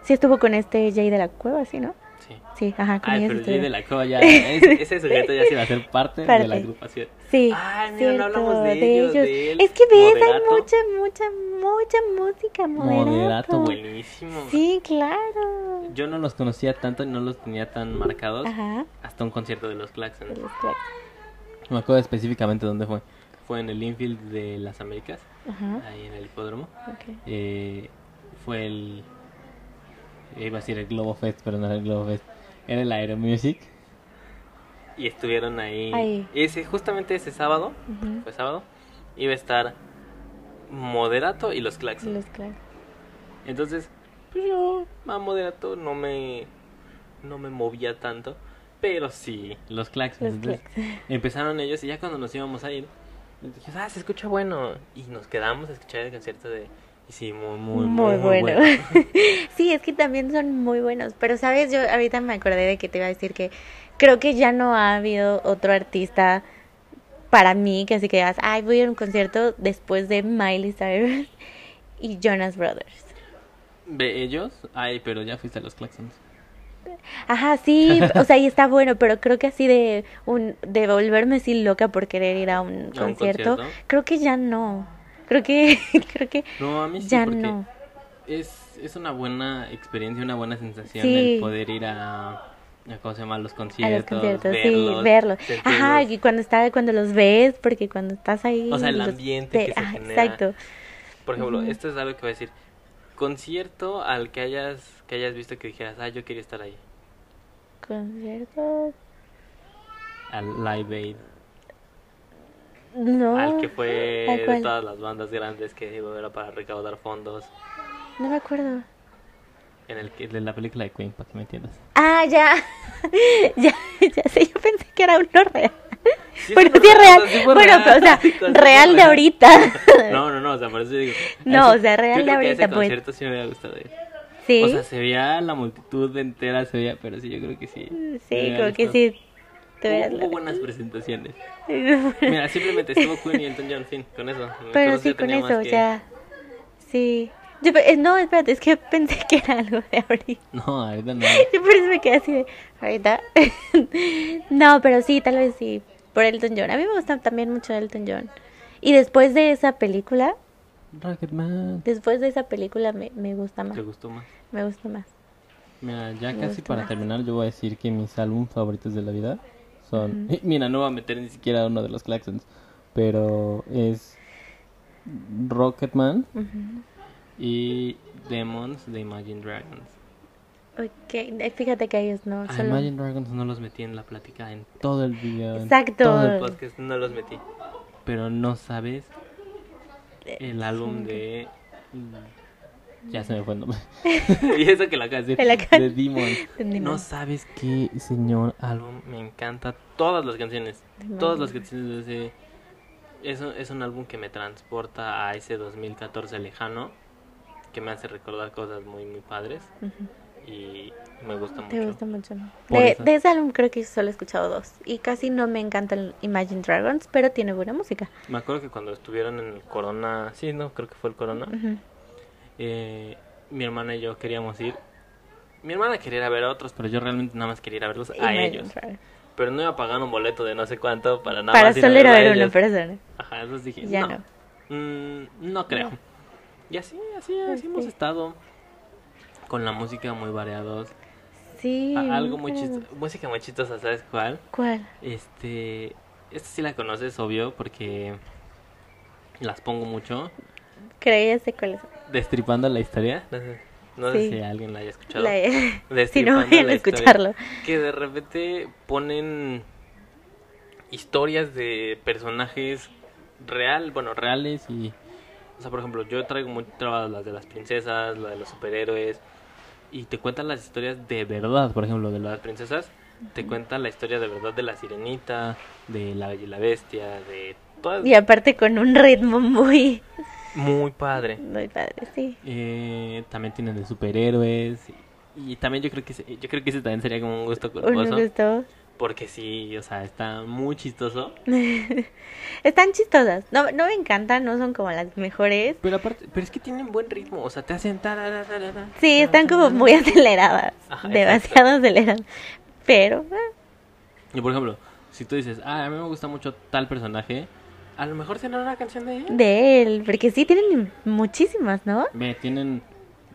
Speaker 2: sí estuvo con este Jay de la Cueva, sí, ¿no?
Speaker 1: Sí.
Speaker 2: Sí, ajá, Ah, con
Speaker 1: Ay,
Speaker 2: ellos
Speaker 1: pero el
Speaker 2: estuvo.
Speaker 1: Jay de la
Speaker 2: (laughs)
Speaker 1: Cueva ya, ese, ese sujeto ya sí va a ser parte, de
Speaker 2: Parte.
Speaker 1: la agrupación.
Speaker 2: Sí,
Speaker 1: Ay, mira, Ah, no hablamos de ellos, de él,
Speaker 2: es que ves, hay
Speaker 1: Moderato.
Speaker 2: mucha, mucha, mucha música moderato.
Speaker 1: Moderato, buenísimo.
Speaker 2: Sí, claro.
Speaker 1: Yo no los conocía tanto y no los tenía tan marcados
Speaker 2: Ajá.
Speaker 1: hasta un concierto de los Claxons.
Speaker 2: de los Clax.
Speaker 1: No me acuerdo específicamente dónde fue. Fue en el infield de las Américas,
Speaker 2: Ajá.
Speaker 1: ahí en el hipódromo.
Speaker 2: ok.
Speaker 1: Eh, fue el. Iba a decir el Globo Fest, pero no era el Globo Fest. Era el Aero Music. Y estuvieron ahí.
Speaker 2: Ahí.
Speaker 1: Ese, justamente ese sábado,
Speaker 2: Ujú.
Speaker 1: fue sábado, iba a estar Moderato y los
Speaker 2: De
Speaker 1: Claxons.
Speaker 2: Los Clax.
Speaker 1: Entonces, pues yo a moderato no me no me movía tanto, pero sí, los clacks.
Speaker 2: Los
Speaker 1: entonces,
Speaker 2: Clax.
Speaker 1: Empezaron ellos y ya cuando nos íbamos a ir, dijimos, "Ah, se escucha bueno." Y nos quedamos a escuchar el concierto de y sí, muy muy
Speaker 2: Muy
Speaker 1: muy, muy
Speaker 2: bueno.
Speaker 1: (laughs)
Speaker 2: Sí, es que también son muy buenos. Pero, ¿sabes? Yo ahorita me acordé de que te iba a decir que creo que ya no ha habido otro artista para mí que así que digas, ay, voy a ir a un concierto después de Miley Cyrus y Jonas Brothers.
Speaker 1: De ellos, ay, pero ya fuiste a los claxons.
Speaker 2: Ajá, sí, o sea, y está bueno, pero creo que así de un de volverme así loca por querer ir a un,
Speaker 1: ¿A un
Speaker 2: concierto,
Speaker 1: concierto?
Speaker 2: creo que ya no. Creo que (laughs) creo que
Speaker 1: No, a mí sí
Speaker 2: ya
Speaker 1: porque
Speaker 2: no.
Speaker 1: es es una buena experiencia, una buena sensación
Speaker 2: Sí.
Speaker 1: el poder ir a a ¿Cómo se llama? Los
Speaker 2: A los
Speaker 1: conciertos,
Speaker 2: conciertos,
Speaker 1: verlos,
Speaker 2: sí, verlos. Ajá,
Speaker 1: sentirlos.
Speaker 2: y cuando está cuando los ves, porque cuando estás ahí
Speaker 1: O sea, el
Speaker 2: los
Speaker 1: ambiente que se
Speaker 2: ajá,
Speaker 1: genera.
Speaker 2: Exacto.
Speaker 1: Por ejemplo,
Speaker 2: Ujú.
Speaker 1: esto es algo que voy a decir. Concierto al que hayas que hayas visto que dijeras, ah, yo quería estar ahí.
Speaker 2: Conciertos.
Speaker 1: Al Live Aid.
Speaker 2: No.
Speaker 1: al que fue
Speaker 2: Ah, ¿a
Speaker 1: de
Speaker 2: cuál?
Speaker 1: todas las bandas grandes que iba era para recaudar fondos.
Speaker 2: No me acuerdo.
Speaker 1: En el que, de la película de Queen, para que me entiendas.
Speaker 2: Ah, ya. (laughs) ya, ya sé, yo pensé que era uno real.
Speaker 1: Sí,
Speaker 2: bueno,
Speaker 1: es
Speaker 2: sí es real.
Speaker 1: sí fue
Speaker 2: bueno,
Speaker 1: real,
Speaker 2: pero, o sea,
Speaker 1: (laughs) sí, con-
Speaker 2: real de ahorita.
Speaker 1: (laughs) No, no, no, o sea, por eso digo. a
Speaker 2: No,
Speaker 1: ese-
Speaker 2: o sea, real
Speaker 1: yo
Speaker 2: de
Speaker 1: creo que a ese
Speaker 2: ahorita, pues.
Speaker 1: concierto sí me hubiera gustado ir.
Speaker 2: (laughs) sí.
Speaker 1: O sea, se veía la multitud entera, se veía, pero sí, yo creo que sí.
Speaker 2: Sí,
Speaker 1: me hubiera
Speaker 2: como que
Speaker 1: gustado.
Speaker 2: sí. Te
Speaker 1: Hubo-
Speaker 2: hubieras
Speaker 1: hubo buenas presentaciones.
Speaker 2: logrado.
Speaker 1: uh,
Speaker 2: (laughs)
Speaker 1: Mira, simplemente estuvo Queen y Elton John, fin, con eso.
Speaker 2: Pero
Speaker 1: Entonces,
Speaker 2: sí,
Speaker 1: yo
Speaker 2: con
Speaker 1: tenía más
Speaker 2: eso,
Speaker 1: que-
Speaker 2: ya. Sí. Yo pe- eh, no, espérate, es que (laughs) pensé que era algo de ahorita. (laughs)
Speaker 1: No, ahorita no.
Speaker 2: Yo por eso me quedé así de ahorita. (laughs) no, pero sí, tal vez sí. Por Elton John. A mí me gusta también mucho Elton John. Y después de esa película,
Speaker 1: Rocketman.
Speaker 2: después de esa película me, me gusta más.
Speaker 1: ¿Te gustó más?
Speaker 2: Me gusta más.
Speaker 1: Mira, ya
Speaker 2: Me
Speaker 1: casi
Speaker 2: gustó
Speaker 1: para
Speaker 2: más.
Speaker 1: terminar yo voy a decir que mis álbumes favoritos de la vida son... (laughs) Mira, no voy a meter ni siquiera uno de los Claxons, pero es Rocketman y Demons de Imagine Dragons.
Speaker 2: Ok, eh, fíjate que ellos no.
Speaker 1: A
Speaker 2: solo- (laughs)
Speaker 1: Imagine Dragons no los metí en la plática, en todo el video, en
Speaker 2: Exacto.
Speaker 1: todo el podcast, no los metí. Pero no sabes
Speaker 2: Eh,
Speaker 1: el álbum de... mm, Ya se me fue el
Speaker 2: (laughs)
Speaker 1: nombre. (laughs) y eso que lo acabas de
Speaker 2: Te la
Speaker 1: decir.
Speaker 2: acabas-
Speaker 1: De Demons.
Speaker 2: De Demons.
Speaker 1: No sabes qué, señor álbum. Me encanta todas las canciones.
Speaker 2: Demons.
Speaker 1: Todas las canciones de ese... Es un, es un álbum que me transporta a ese 2014 lejano. Que me hace recordar cosas muy, muy padres.
Speaker 2: Ujú.
Speaker 1: Y me gusta mucho.
Speaker 2: Te gusta mucho. ¿no?
Speaker 1: Por
Speaker 2: De,
Speaker 1: eso.
Speaker 2: de ese álbum creo que solo he escuchado dos. Y casi no me encantan Imagine Dragons, pero tiene buena música.
Speaker 1: Me acuerdo que cuando estuvieron en el Corona... Sí, no, creo que fue el Corona.
Speaker 2: Ujú.
Speaker 1: eh, mi hermana y yo queríamos ir. Mi hermana quería ir a ver a otros, pero yo realmente nada más quería ir a verlos a ellos. Pero no iba a pagar un boleto de no sé cuánto para nada
Speaker 2: Para
Speaker 1: más ir a
Speaker 2: solo ir a
Speaker 1: verlo
Speaker 2: ver una
Speaker 1: ellos.
Speaker 2: persona.
Speaker 1: Ajá, entonces dije,
Speaker 2: Ya
Speaker 1: no.
Speaker 2: no.
Speaker 1: Mm, no creo.
Speaker 2: No.
Speaker 1: Y así, así,
Speaker 2: Este.
Speaker 1: así hemos estado. Con la música muy variados.
Speaker 2: Sí.
Speaker 1: A- algo
Speaker 2: no
Speaker 1: muy
Speaker 2: creo.
Speaker 1: chistoso. Música muy chistosa, ¿sabes cuál?
Speaker 2: ¿Cuál?
Speaker 1: Este. Esta sí la conoces, obvio, porque las pongo mucho.
Speaker 2: Creía sé cuál es.
Speaker 1: Destripando la historia. No sé, no sé
Speaker 2: Sí.
Speaker 1: si alguien la haya escuchado.
Speaker 2: La- e- (laughs) si
Speaker 1: Destripando
Speaker 2: no, vayan
Speaker 1: la
Speaker 2: a
Speaker 1: historia.
Speaker 2: escucharlo.
Speaker 1: Que de repente ponen historias de personajes real, bueno, reales y... O sea, por ejemplo, yo traigo muy trabadas las de las princesas, la de los superhéroes, y te cuentan las historias de verdad, por ejemplo, de las princesas, te cuentan la historia de verdad de la sirenita, de la bella y la bestia, de todas...
Speaker 2: Y aparte con un ritmo muy,
Speaker 1: Muy padre.
Speaker 2: muy padre, sí.
Speaker 1: Eh, también tienen de superhéroes, y, y también yo creo que ese- yo creo que ese también sería como un gusto
Speaker 2: Un
Speaker 1: culposo.
Speaker 2: gusto.
Speaker 1: Porque sí, o sea, está muy chistoso.
Speaker 2: Están chistosas. No, no me encantan, no son como las mejores.
Speaker 1: Pero aparte, pero es que tienen buen ritmo, o sea, te hacen tarararara.
Speaker 2: Sí, están como muy (laughs) aceleradas.
Speaker 1: Ah, Ajá,
Speaker 2: demasiado aceleradas. Pero, ah,
Speaker 1: Y por ejemplo, si tú dices, ah, a mí me gusta mucho tal personaje, a lo mejor será una canción de él.
Speaker 2: de él. Porque sí, tienen muchísimas, ¿no?
Speaker 1: Ve, tienen,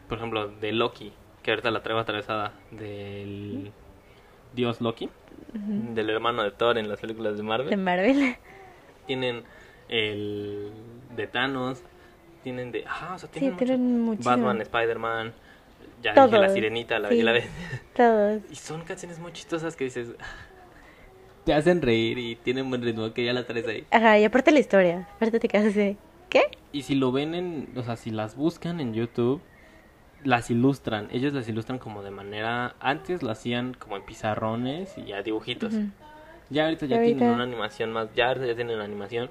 Speaker 1: por ejemplo, de Loki, que ahorita la traigo atravesada, del dios Loki, del hermano de Thor en las películas de Marvel.
Speaker 2: De Marvel.
Speaker 1: Tienen el de Thanos, tienen de, ah, o sea,
Speaker 2: Sí,
Speaker 1: tienen,
Speaker 2: tienen
Speaker 1: mucho. Batman,
Speaker 2: muchísimas.
Speaker 1: Spider-Man, ya dije la
Speaker 2: Todos,
Speaker 1: sirenita, la
Speaker 2: sí.
Speaker 1: bella y la bestia.
Speaker 2: Todos.
Speaker 1: (laughs) Y son canciones muy chistosas que dices. Te hacen reír y tienen buen ritmo, que ya la traes ahí.
Speaker 2: Ajá, y aparte la historia. Aparte te quedas así. de, ¿Qué?
Speaker 1: Y si lo ven en. O sea, si las buscan en YouTube, las ilustran. Ellos las ilustran como de manera. Antes lo hacían como en pizarrones y a dibujitos.
Speaker 2: Ujú.
Speaker 1: Ya ahorita ya
Speaker 2: Ahorita-
Speaker 1: tienen una animación más. Ya ahorita ya tienen una animación.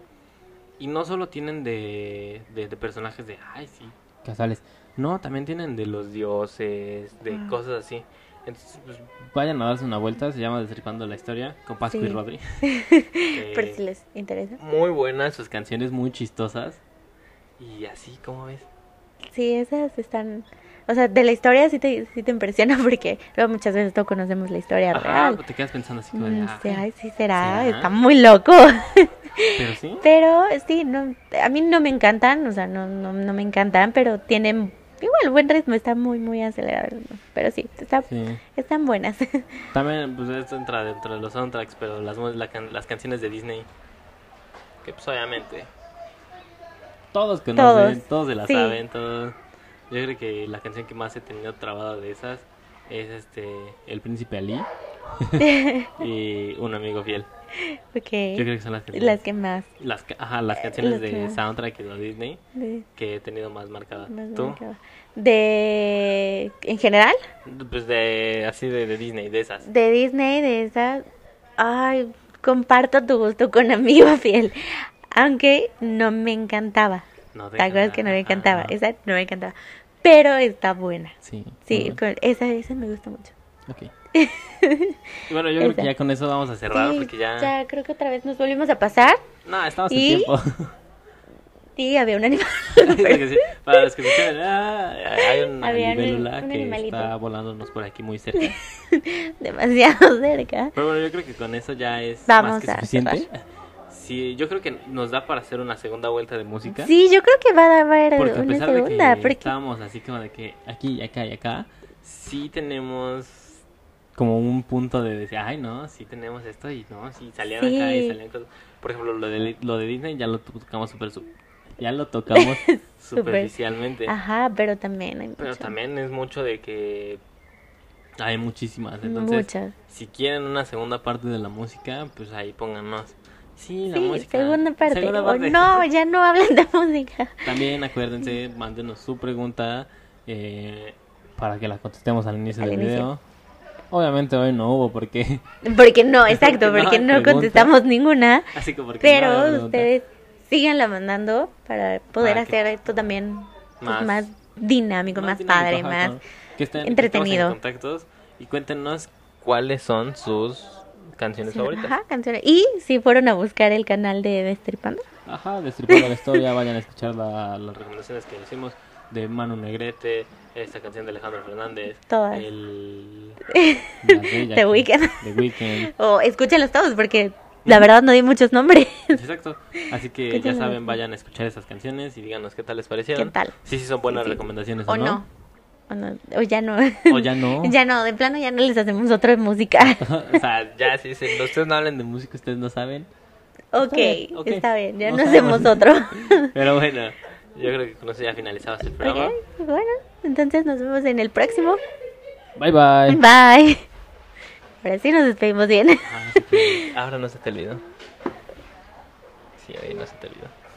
Speaker 1: Y no solo tienen de, de, de personajes de. Ay, sí, casales. No, también tienen de los dioses, de
Speaker 2: Ah.
Speaker 1: cosas así. Entonces, pues, vayan a darse una vuelta. Se llama Destripando la historia con Pascu y
Speaker 2: Sí. (laughs)
Speaker 1: Rodri.
Speaker 2: Por
Speaker 1: Eh,
Speaker 2: si les interesa.
Speaker 1: muy buenas, sus canciones muy chistosas. Y así, ¿cómo ves?
Speaker 2: Sí, esas están... O sea, de la historia sí te, sí te impresiona (laughs) porque luego muchas veces no conocemos la historia
Speaker 1: Ajá,
Speaker 2: real.
Speaker 1: Ah, pues te quedas pensando así como de,
Speaker 2: Mm,
Speaker 1: "Ah,
Speaker 2: sí, ay, sí será,
Speaker 1: ¿será?
Speaker 2: está muy loco. (laughs)
Speaker 1: pero sí.
Speaker 2: Pero sí, no, a mí no me encantan, o sea, no, no, no me encantan, pero tienen igual buen ritmo, está muy, muy acelerado. el ritmo. Pero sí, está,
Speaker 1: Sí.
Speaker 2: están buenas. (laughs)
Speaker 1: También, pues esto entra dentro de los soundtracks, pero las, mu- la can- las canciones de Disney. Que pues obviamente. Todos conocen, todos,
Speaker 2: Todos,
Speaker 1: se la
Speaker 2: sí.
Speaker 1: saben, todos. Yo creo que la canción que más he tenido trabada de esas es este El Príncipe
Speaker 2: (laughs)
Speaker 1: Ali y Un Amigo Fiel. Yo creo
Speaker 2: ok,
Speaker 1: que son las canciones.
Speaker 2: las que más.
Speaker 1: las ca- ajá, las canciones
Speaker 2: las
Speaker 1: de
Speaker 2: que-
Speaker 1: soundtrack de Disney.
Speaker 2: de-
Speaker 1: que he tenido más marcada.
Speaker 2: más
Speaker 1: ¿Tú?
Speaker 2: marcado. De... ¿En general?
Speaker 1: Pues de así de, de Disney, de esas.
Speaker 2: De Disney, de esas. Ay, comparto tu gusto con (laughs) amigo fiel. Aunque no me encantaba.
Speaker 1: No,
Speaker 2: ¿Te acuerdas que no me
Speaker 1: Ajá.
Speaker 2: encantaba? Esa no me encantaba. Pero está buena.
Speaker 1: Sí.
Speaker 2: Sí,
Speaker 1: Ujú.
Speaker 2: con- esa, esa me gusta mucho.
Speaker 1: Ok.
Speaker 2: (laughs)
Speaker 1: Y bueno, yo creo que
Speaker 2: Esa.
Speaker 1: ya con eso vamos a cerrar
Speaker 2: Sí,
Speaker 1: porque ya...
Speaker 2: creo que otra vez nos volvimos a pasar.
Speaker 1: No, estamos en
Speaker 2: Y-
Speaker 1: tiempo. (laughs)
Speaker 2: Sí, había un animal. (laughs)
Speaker 1: Porque sí, Para los que escuchan, ah, hay una
Speaker 2: Había un-
Speaker 1: libélula
Speaker 2: un
Speaker 1: que
Speaker 2: animalito.
Speaker 1: está volándonos por aquí muy
Speaker 2: (laughs)
Speaker 1: cerca.
Speaker 2: demasiado (laughs) cerca.
Speaker 1: Pero bueno, yo creo que con eso ya es más
Speaker 2: Vamos
Speaker 1: que
Speaker 2: a
Speaker 1: suficiente. Sí, yo creo que nos da para hacer una segunda vuelta de música.
Speaker 2: Sí, yo creo que va a haber
Speaker 1: Porque a
Speaker 2: una
Speaker 1: pesar de que
Speaker 2: segunda. Porque
Speaker 1: estábamos así como de que aquí y acá y acá, sí tenemos como un punto de decir, ay no, sí tenemos esto y no, sí salían
Speaker 2: Sí.
Speaker 1: acá y salían cosas. Por ejemplo, lo de, lo de Disney ya lo tocamos super, su- ya lo
Speaker 2: (laughs)
Speaker 1: tocamos superficialmente.
Speaker 2: Ajá, pero también hay
Speaker 1: Pero
Speaker 2: Ah, mucho-
Speaker 1: también es mucho de que hay muchísimas, entonces
Speaker 2: Muchas.
Speaker 1: si quieren una segunda parte de la música, pues ahí pónganos. Sí, la
Speaker 2: Sí,
Speaker 1: música.
Speaker 2: segunda parte.
Speaker 1: Segunda
Speaker 2: O
Speaker 1: parte.
Speaker 2: no, ya no hablan de (laughs) música.
Speaker 1: También acuérdense, mándenos su pregunta eh, para que la contestemos al inicio
Speaker 2: Al
Speaker 1: del
Speaker 2: inicio.
Speaker 1: video. Obviamente hoy no hubo porque (laughs)
Speaker 2: Porque no, exacto,
Speaker 1: Porque no
Speaker 2: porque
Speaker 1: hay
Speaker 2: no,
Speaker 1: preguntas.
Speaker 2: contestamos ninguna.
Speaker 1: así como porque no había
Speaker 2: Pero
Speaker 1: pregunta.
Speaker 2: ustedes síganla mandando para poder
Speaker 1: Para que-
Speaker 2: hacer esto también pues,
Speaker 1: Ah, Más-
Speaker 2: más, dinámico, más,
Speaker 1: dinámico,
Speaker 2: padre,
Speaker 1: ajá,
Speaker 2: más.
Speaker 1: con- que estén, que
Speaker 2: entretenido.
Speaker 1: estemos en contactos y cuéntenos cuáles son sus canciones favoritas.
Speaker 2: Ajá, canciones. Y si fueron a buscar el canal de Destripando. (laughs)
Speaker 1: Ajá, destripando la historia, vayan a escuchar la- las recomendaciones que hicimos. de Manu Negrete, esta canción de Alejandro Fernández.
Speaker 2: Todas. (laughs)
Speaker 1: El...
Speaker 2: The
Speaker 3: The
Speaker 2: Weeknd.
Speaker 3: The Weeknd.
Speaker 2: O escúchalos todos porque la verdad no di muchos nombres.
Speaker 1: Exacto. Así que
Speaker 2: ¿Qué
Speaker 1: ya
Speaker 2: tal?
Speaker 1: saben, vayan a escuchar esas canciones y díganos qué tal les parecieron.
Speaker 2: ¿Qué tal?
Speaker 1: Sí, sí, son buenas
Speaker 2: Sí.
Speaker 1: recomendaciones o,
Speaker 2: O no. O no. O ya no.
Speaker 3: O ya no.
Speaker 2: (laughs) Ya no, de plano ya no les hacemos otro de música.
Speaker 1: (laughs) o sea, ya sí, sí, no, ustedes no hablan de música, ustedes no saben.
Speaker 2: Ok,
Speaker 3: bien, ok.
Speaker 2: está bien, ya
Speaker 3: No
Speaker 2: no hacemos
Speaker 3: sabemos. (laughs)
Speaker 2: otro.
Speaker 1: (laughs) Pero bueno, yo creo que con eso ya finalizamos el programa.
Speaker 2: Ok, bueno, entonces nos vemos en el próximo.
Speaker 3: Bye bye.
Speaker 2: Bye. Ahora sí nos despedimos bien.
Speaker 1: Ah, sí, claro. Ahora no se te olvidó. Sí, ahí no se te olvidó.